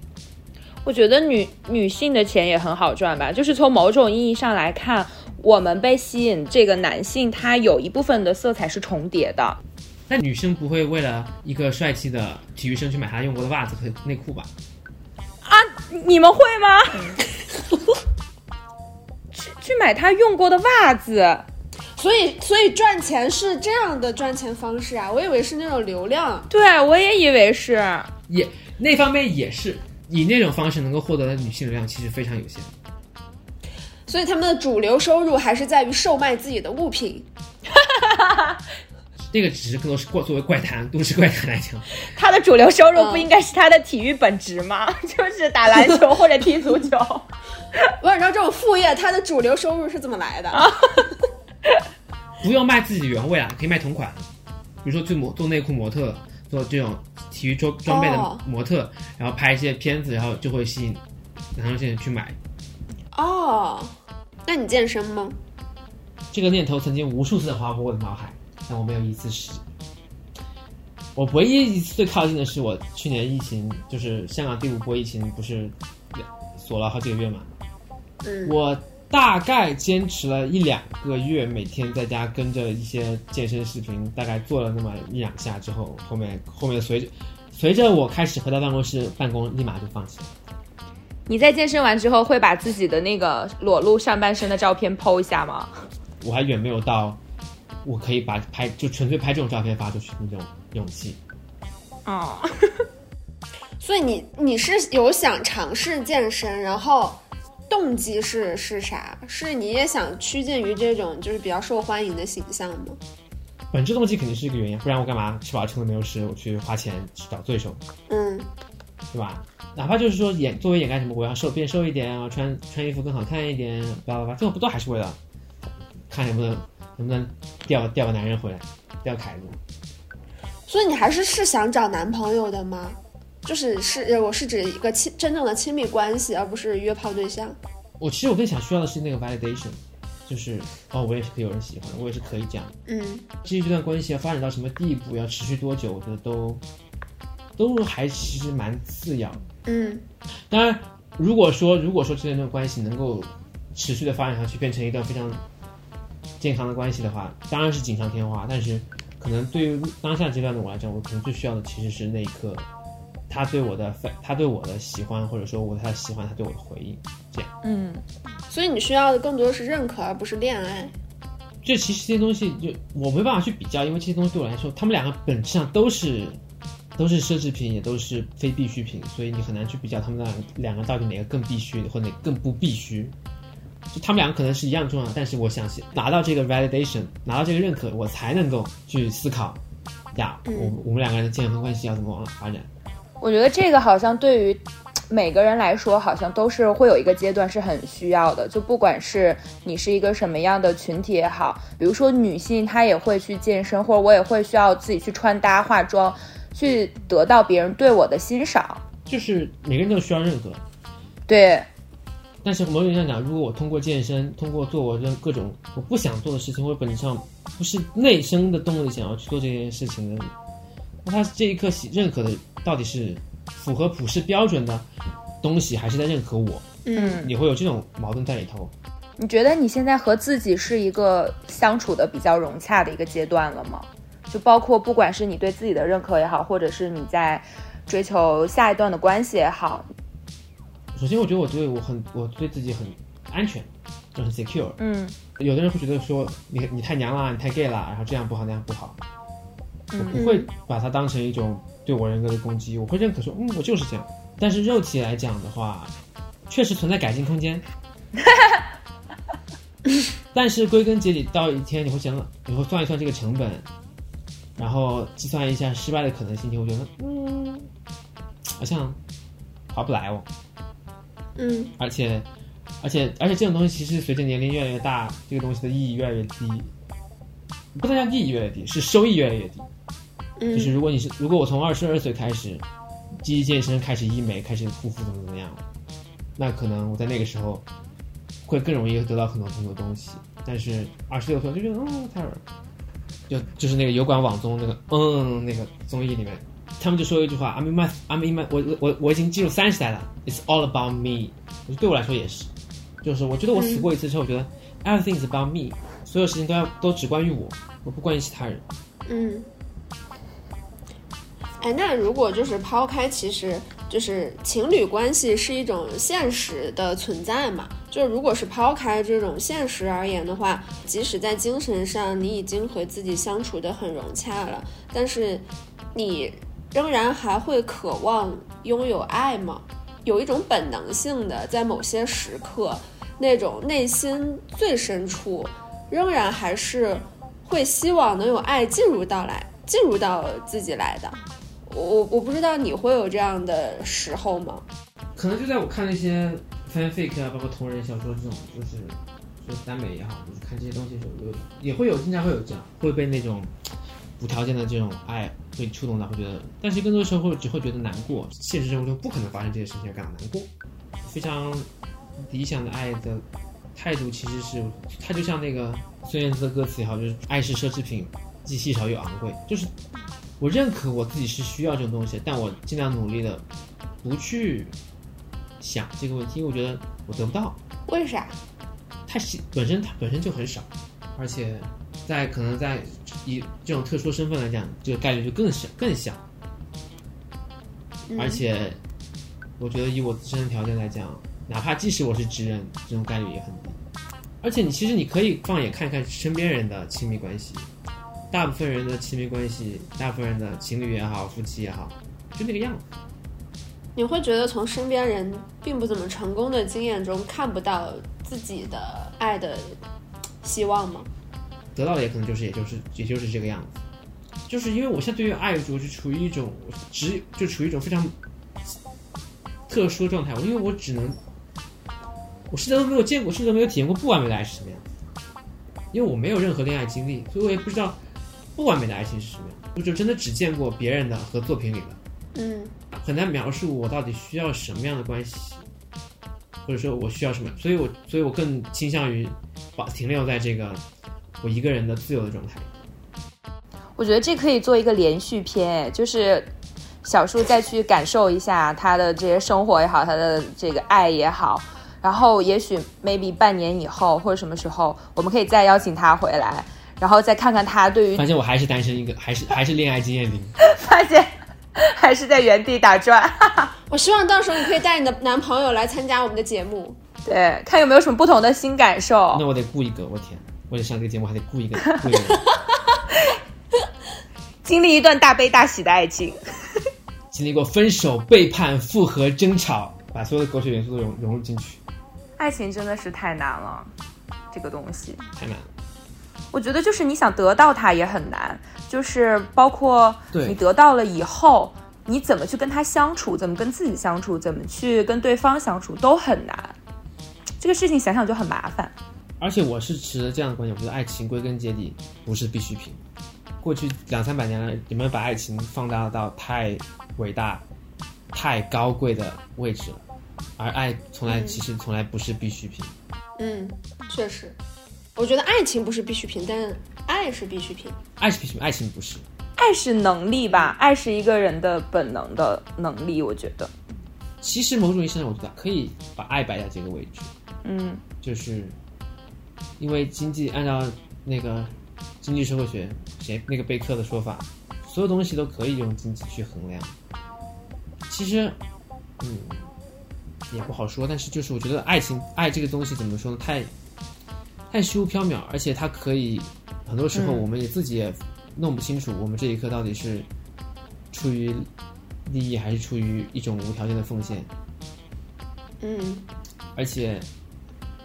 [SPEAKER 3] 我觉得女女性的钱也很好赚吧，就是从某种意义上来看，我们被吸引这个男性，他有一部分的色彩是重叠的。
[SPEAKER 4] 但女生不会为了一个帅气的体育生去买他用过的袜子和内裤吧？
[SPEAKER 3] 你们会吗？嗯 去去买他用过的袜子，
[SPEAKER 2] 所以所以赚钱是这样的赚钱方式啊，我以为是那种流量。
[SPEAKER 3] 对我也以为是。
[SPEAKER 4] 也那方面也是以那种方式能够获得的女性流量其实非常有限。
[SPEAKER 2] 所以他们的主流收入还是在于售卖自己的物品。
[SPEAKER 4] 那个只是更多是过作为怪谈都市怪谈来讲，
[SPEAKER 3] 他的主流收入
[SPEAKER 2] 嗯
[SPEAKER 3] 不应该是他的体育本职吗？ 就是打篮球或者踢足球。
[SPEAKER 2] 我想知道这种副业，它的主流收入是怎么来的？
[SPEAKER 4] 不用卖自己的原味啊，可以卖同款，比如说做模做内裤模特，做这种体育装装备
[SPEAKER 2] 哦
[SPEAKER 4] 的模特，然后拍一些片子，然后就会吸引男同性人去买。
[SPEAKER 2] 哦，那你健身吗？
[SPEAKER 4] 这个念头曾经无数次的划过我的脑海，但我没有一次实。我唯一一次最靠近的是我去年疫情，就是香港第五波疫情，不是锁了好几个月嘛？
[SPEAKER 2] 嗯
[SPEAKER 4] 我大概坚持了一两个月，每天在家跟着一些健身视频，大概做了那么一两下之后，后面后面随着随着我开始回到办公室办公，立马就放弃了。
[SPEAKER 3] 你在健身完之后会把自己的那个裸露上半身的照片剖一下吗？
[SPEAKER 4] 我还远没有到我可以把拍就纯粹拍这种照片发出去的那种勇气。
[SPEAKER 3] 哦，
[SPEAKER 2] 所以你你是有想尝试健身，然后动机是是啥？是你也想趋近于这种就是比较受欢迎的形象吗？
[SPEAKER 4] 本质动机肯定是一个原因，不然我干嘛吃饱撑的没有事，我去花钱去找罪受，
[SPEAKER 2] 嗯
[SPEAKER 4] 对吧？哪怕就是说掩作为掩盖什么，我要瘦变瘦一点啊，穿穿衣服更好看一点，叭叭叭，这种不都还是为了看能不能能不能钓钓个男人回来，钓凯子？
[SPEAKER 2] 所以你还是是想找男朋友的吗？就是是，呃我是指一个亲真正的亲密关系，而不是约炮对象。
[SPEAKER 4] 我其实我更想需要的是那个 validation，就是哦，我也是可以有人喜欢的，我也是可以这样。
[SPEAKER 2] 嗯，
[SPEAKER 4] 至于这段关系要发展到什么地步，要持续多久，我觉得都都还其实蛮次要的。
[SPEAKER 2] 嗯
[SPEAKER 4] 当然，如果说如果说这段关系能够持续的发展下去，变成一段非常健康的关系的话，当然是锦上添花。但是，可能对于当下阶段的我来讲，我可能最需要的其实是那一刻他对我的他对我的喜欢，或者说我对他的喜欢，他对我的回应。
[SPEAKER 3] 嗯，
[SPEAKER 2] 所以你需要的更多的是认可，而不是恋爱。
[SPEAKER 4] 这其实这些东西就我没办法去比较，因为这些东西对我来说，他们两个本质上都是都是奢侈品，也都是非必需品，所以你很难去比较他们两个两个到底哪个更必须或哪个更不必须。就他们两个可能是一样重要，但是我想是拿到这个 validation，拿到这个认可，我才能够去思考呀，
[SPEAKER 2] 嗯
[SPEAKER 4] 我我们两个人的健康关系要怎么往发展。
[SPEAKER 3] 我觉得这个好像对于每个人来说，好像都是会有一个阶段是很需要的。就不管是你是一个什么样的群体也好，比如说女性她也会去健身，或者我也会需要自己去穿搭、化妆，去得到别人对我的欣赏。
[SPEAKER 4] 就是每个人都需要认可，
[SPEAKER 3] 对，
[SPEAKER 4] 但是某种意义上讲，如果我通过健身，通过做我的各种我不想做的事情，或者本质上不是内生的动力想要去做这件事情的，那他这一刻喜认可的到底是符合普世标准的东西，还是在认可我？
[SPEAKER 2] 嗯，
[SPEAKER 4] 你会有这种矛盾在里头。
[SPEAKER 3] 你觉得你现在和自己是一个相处的比较融洽的一个阶段了吗？就包括不管是你对自己的认可也好，或者是你在追求下一段的关系也好，
[SPEAKER 4] 首先，我觉得我对我很我对自己很安全，就很 secure。
[SPEAKER 3] 嗯
[SPEAKER 4] 有的人会觉得说你你太娘啦，你太 gay 啦，然后这样不好那样不好。我
[SPEAKER 3] 嗯
[SPEAKER 4] 不会把它当成一种对我人格的攻击，我会认可说，嗯，我就是这样。但是肉体来讲的话，确实存在改进空间。但是归根结底，到一天你会想，你会算一算这个成本，然后计算一下失败的可能性，你会觉得，嗯，好像划不来哦。
[SPEAKER 2] 嗯
[SPEAKER 4] 而且，而且，而且这种东西其实随着年龄越来越大，这个东西的意义越来越低。不能叫意义越来越低，是收益越来越低。就是
[SPEAKER 2] 嗯
[SPEAKER 4] 如果你是，如果我从二十二岁开始积极健身，开始医美，开始护肤，怎么怎么样，那可能我在那个时候会更容易得到很多很多东西。但是二十六岁就觉得，嗯，太晚了。就就是那个油管网综那个，嗯，那个综艺里面，他们就说一句话，I'm in my I'm in my，我我我我已经进入三十代了，It's all about me。我觉得对我来说也是，就是我觉得我死过一次之后，我觉得 everything is about me，所有事情都要都只关于我，我不关于其他人。
[SPEAKER 2] 嗯。哎，那如果就是抛开，其实就是情侣关系是一种现实的存在嘛。就是如果是抛开这种现实而言的话，即使在精神上你已经和自己相处的很融洽了，但是你仍然还会渴望拥有爱吗？有一种本能性的，在某些时刻，那种内心最深处，仍然还是会希望能有爱进入到来，进入到自己来的。我我我不知道你会有这样的时候吗？
[SPEAKER 4] 可能就在我看那些 fanfic 啊，包括同人小说这种，就是就是耽美也好，就是看这些东西的时候，有也会有经常会有这样，会被那种无条件的这种爱会触动到，会觉得，但是更多时候会只会觉得难过。现实生活中不可能发生这些事情，感到难过。非常理想的爱的态度，其实是它就像那个孙燕姿的歌词也好，就是爱是奢侈品，既稀少又昂贵。就是我认可我自己是需要这种东西，但我尽量努力的不去想这个问题，因为我觉得我得不到，
[SPEAKER 2] 为啥？
[SPEAKER 4] 它是本身它本身就很少，而且在可能在以这种特殊身份来讲，这个概率就更小更小，
[SPEAKER 2] 嗯
[SPEAKER 4] 而且我觉得以我自身的条件来讲，哪怕即使我是直人，这种概率也很低。而且你其实你可以放眼看看身边人的亲密关系，大部分人的亲密关系，大部分人的情侣也好，夫妻也好，就那个样子。
[SPEAKER 2] 你会觉得从身边人并不怎么成功的经验中看不到自己的爱的希望吗？
[SPEAKER 4] 得到的也可能就是也就是也就是这个样子，就是因为我现在对于爱，我是处于一种只就处于一种非常特殊的状态，我因为我只能，我甚至都没有见过，甚至都没有体验过不完美的爱是什么样子，因为我没有任何恋爱经历，所以我也不知道不完美的爱情是什么样，我就真的只见过别人的和作品里的，
[SPEAKER 2] 嗯
[SPEAKER 4] 很难描述我到底需要什么样的关系，或者说我需要什么，所以我所以我更倾向于把停留在这个我一个人的自由的状态。
[SPEAKER 3] 我觉得这可以做一个连续篇，哎就是小树再去感受一下他的这些生活也好，他的这个爱也好，然后也许 maybe 半年以后或者什么时候，我们可以再邀请他回来，然后再看看他对于
[SPEAKER 4] 发现我还是单身一个，还是还是恋爱经验零。
[SPEAKER 3] 发现 还是在原地打转，
[SPEAKER 2] 我希望到时候你可以带你的男朋友来参加我们的节目。
[SPEAKER 3] 对，看有没有什么不同的新感受
[SPEAKER 4] 那。我得雇一个，我天，为了上这个节目还得雇一个，雇一个人，
[SPEAKER 3] 经历一段大悲大喜的爱情，
[SPEAKER 4] 经历过分手、背叛、复合、争吵，把所有的狗血元素都融融入进去，
[SPEAKER 3] 爱情真的是太难了，这个东西。
[SPEAKER 4] 太难了。
[SPEAKER 3] 我觉得就是你想得到它也很难，就是包括
[SPEAKER 4] 对
[SPEAKER 3] 你得到了以后，你怎么去跟他相处，怎么跟自己相处，怎么去跟对方相处都很难。这个事情想想就很麻烦。
[SPEAKER 4] 而且我是持着这样的观点，我觉得爱情归根结底不是必需品。过去两三百年来，人们把爱情放大到太伟大、太高贵的位置了，而爱从来其实从来不是必需品。
[SPEAKER 2] 嗯，确实，我觉得爱情不是必需品，但爱是必需品。
[SPEAKER 4] 爱是必需品，爱情不是。
[SPEAKER 3] 爱是能力吧，爱是一个人的本能的能力，我觉得。
[SPEAKER 4] 其实某种意义上，我觉得可以把爱摆在这个位置。
[SPEAKER 3] 嗯，
[SPEAKER 4] 就是因为经济按照那个经济社会学谁那个贝克的说法，所有东西都可以用经济去衡量。其实，嗯，也不好说，但是就是我觉得爱情爱这个东西怎么说呢？太太虚无缥缈，而且它可以很多时候
[SPEAKER 3] 嗯
[SPEAKER 4] 我们也自己也弄不清楚，我们这一刻到底是出于利益还是出于一种无条件的奉献。
[SPEAKER 2] 嗯
[SPEAKER 4] 而且，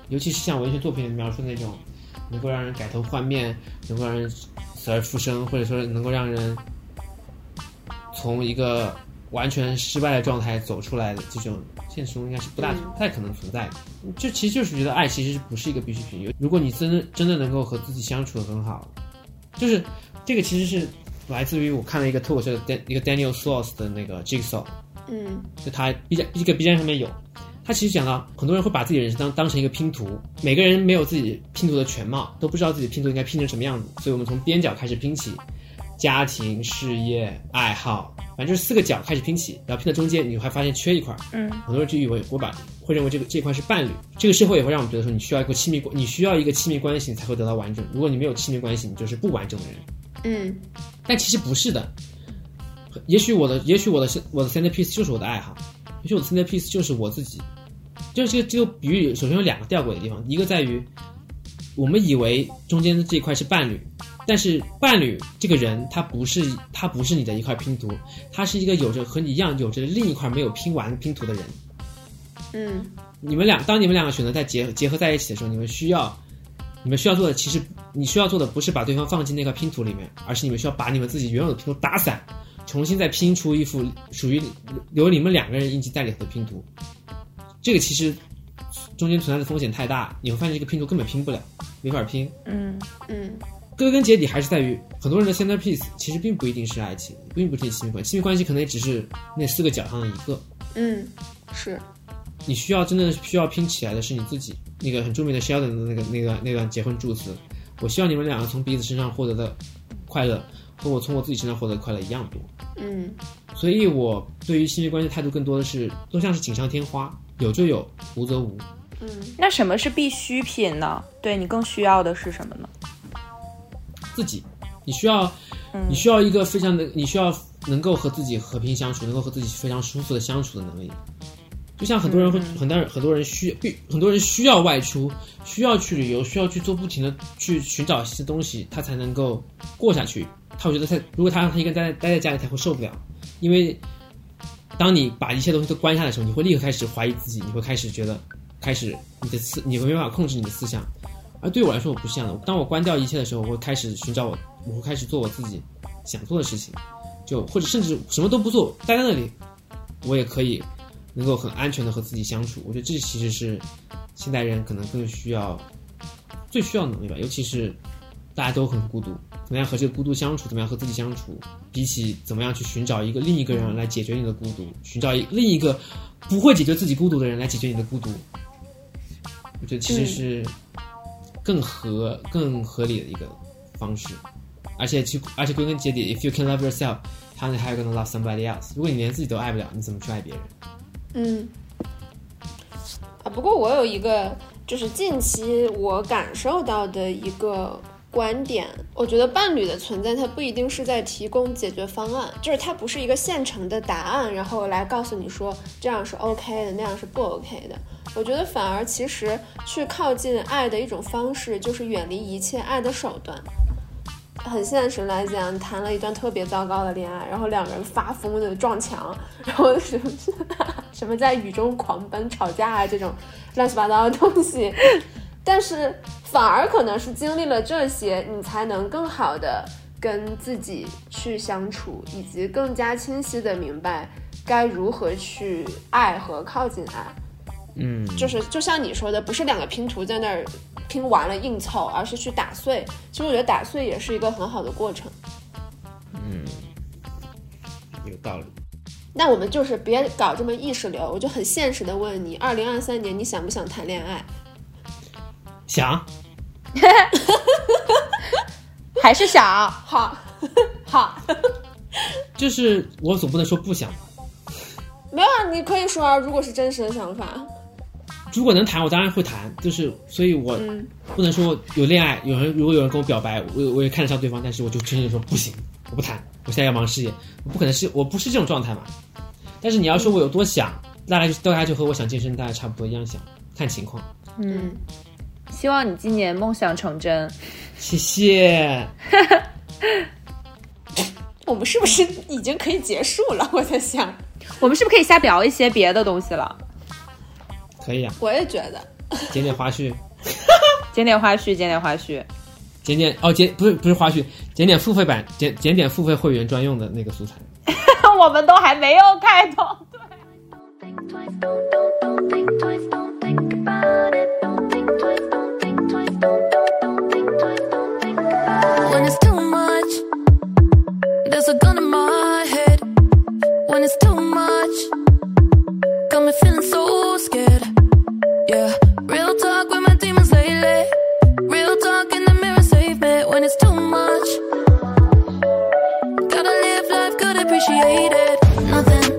[SPEAKER 4] 尤其是像文学作品里描述那种能够让人改头换面，能够让人死而复生，或者说能够让人从一个完全失败的状态走出来的这种，现实中应该是不大
[SPEAKER 2] 嗯
[SPEAKER 4] 不太可能存在的。就其实就是觉得爱其实不是一个必需品，有如果你真的真的能够和自己相处的很好，就是这个其实是来自于我看了一个脱口秀的 Dan- 一个 Daniel s w a r s 的那个 Jigsaw。
[SPEAKER 2] 嗯
[SPEAKER 4] 就他 B 站一个 B 站上面有，他其实讲到很多人会把自己人生当当成一个拼图，每个人没有自己拼图的全貌，都不知道自己拼图应该拼成什么样子，所以我们从边角开始拼起，家庭、事业、爱好，反正就是四个角开始拼起，然后拼到中间，你会发现缺一块儿，
[SPEAKER 3] 嗯，
[SPEAKER 4] 很多人就以为我把会认为这个这块是伴侣，这个社会也会让我们觉得说你需要一个亲密关，你需要一个亲密关系你才会得到完整，如果你没有亲密关系，你就是不完整的人。
[SPEAKER 2] 嗯
[SPEAKER 4] 但其实不是的。也许我的，也许我的，我的 centerpiece 就是我的爱好，也许我的 centerpiece 就是我自己。就是这个这个比喻，首先有两个吊诡的地方，一个在于我们以为中间的这一块是伴侣，但是伴侣这个人他不是他不是你的一块拼图，他是一个有着和你一样有着另一块没有拼完拼图的人。
[SPEAKER 2] 嗯
[SPEAKER 4] 你们俩，当你们两个选择在结结合在一起的时候，你们需要，你们需要做的，其实你需要做的不是把对方放进那个拼图里面，而是你们需要把你们自己原有的拼图打散，重新再拼出一幅属于留你们两个人印记在里头的拼图。这个其实中间存在的风险太大，你会发现这个拼图根本拼不了，没法拼。
[SPEAKER 3] 嗯，
[SPEAKER 2] 嗯
[SPEAKER 4] 归根结底还是在于很多人的 centerpiece 其实并不一定是爱情，并不是亲密关系，亲密关系可能也只是那四个角上的一个。
[SPEAKER 2] 嗯，是，
[SPEAKER 4] 你需要真的需要拼起来的是你自己。那个很著名的 Sheldon 的那个那个那段结婚祝词，我希望你们两个从彼此身上获得的快乐，和我从我自己身上获得的快乐一样多。
[SPEAKER 2] 嗯
[SPEAKER 4] 所以，我对于亲密关系态度更多的是都像是锦上添花，有就有，无则无。
[SPEAKER 2] 嗯
[SPEAKER 3] 那什么是必需品呢？对你更需要的是什么呢？
[SPEAKER 4] 自己，你需要
[SPEAKER 3] 嗯，
[SPEAKER 4] 你需要一个非常的，你需要能够和自己和平相处，能够和自己非常舒服的相处的能力。就像很多人会，很多人很多人需必很多人需要外出，需要去旅游，需要去做不停的去寻找新的东西，他才能够过下去。他会觉得他如果他让他一个人待在待在家里，他会受不了，因为当你把一切东西都关下的时候，你会立刻开始怀疑自己，你会开始觉得，开始你的思，你会没办法控制你的思想。而对我来说，我不是这样的。当我关掉一切的时候，我会开始寻找我，我会开始做我自己想做的事情，就或者甚至什么都不做，待在那里，我也可以能够很安全的和自己相处。我觉得这其实是现代人可能更需要、最需要的能力吧，尤其是大家都很孤独，怎么样和这个孤独相处，怎么样和自己相处，比起怎么样去寻找一个另一个人来解决你的孤独，寻找一另一个不会解决自己孤独的人来解决你的孤独，我觉得其实是更合、更合理的一个方式。而且去，而且归根结底，if you can love yourself, how the hell you gonna love somebody else？如果你连自己都爱不了，你怎么去爱别人？
[SPEAKER 2] 嗯，啊，不过我有一个，就是近期我感受到的一个观点，我觉得伴侣的存在，它不一定是在提供解决方案，就是它不是一个现成的答案，然后来告诉你说这样是 OK 的，那样是不 OK 的。我觉得反而其实去靠近爱的一种方式，就是远离一切爱的手段。很现实来讲，谈了一段特别糟糕的恋爱，然后两个人发疯的撞墙，然后 什么什么在雨中狂奔、吵架啊这种乱七八糟的东西，但是反而可能是经历了这些，你才能更好的跟自己去相处，以及更加清晰的明白该如何去爱和靠近爱。
[SPEAKER 4] 嗯，
[SPEAKER 2] 就是就像你说的，不是两个拼图在那儿拼完了硬凑，而是去打碎。其实我觉得打碎也是一个很好的过程。
[SPEAKER 4] 有道理。
[SPEAKER 2] 那我们就是别搞这么意识流，我就很现实的问你，二零二三年你想不想谈恋爱？
[SPEAKER 4] 想，
[SPEAKER 3] 还是想
[SPEAKER 2] 好，好，
[SPEAKER 4] 就是我总不能说不想吧。
[SPEAKER 2] 没有啊，你可以说啊，如果是真实的想法，
[SPEAKER 4] 如果能谈，我当然会谈。就是，所以我
[SPEAKER 2] 嗯
[SPEAKER 4] 不能说有恋爱，有人如果有人跟我表白，我我也看得上对方，但是我就真的说不行，我不谈，我现在要忙事业，我不可能是我不是这种状态嘛。但是你要说我有多想，那大家大家就和我想健身大概差不多一样想，看情况。
[SPEAKER 2] 嗯，
[SPEAKER 3] 希望你今年梦想成真。
[SPEAKER 4] 谢谢。
[SPEAKER 2] 我们是不是已经可以结束了？我在想，
[SPEAKER 3] 我们是不是可以瞎聊一些别的东西了？
[SPEAKER 4] 可以啊，
[SPEAKER 2] 我也觉得，
[SPEAKER 4] 剪点花絮，
[SPEAKER 3] 剪点花絮，剪点花絮。
[SPEAKER 4] 剪点哦，剪不是不是花絮，剪点付费版，剪剪点付费会员专用的那个素材。
[SPEAKER 3] 我们都还没有开头。
[SPEAKER 1] Think twice, don't, don't, don't think twice, don't think about it. Don't think twice, don't think twice, don't, don't, don't think twice, don't think about it.
[SPEAKER 5] When it's too much, there's a gun in my head. When it's too much, got me feeling so scared. Yeah, real talk with my demons lately. Real talk in the mirror, save me. When it's too much, gotta live life, good, appreciate it. Nothing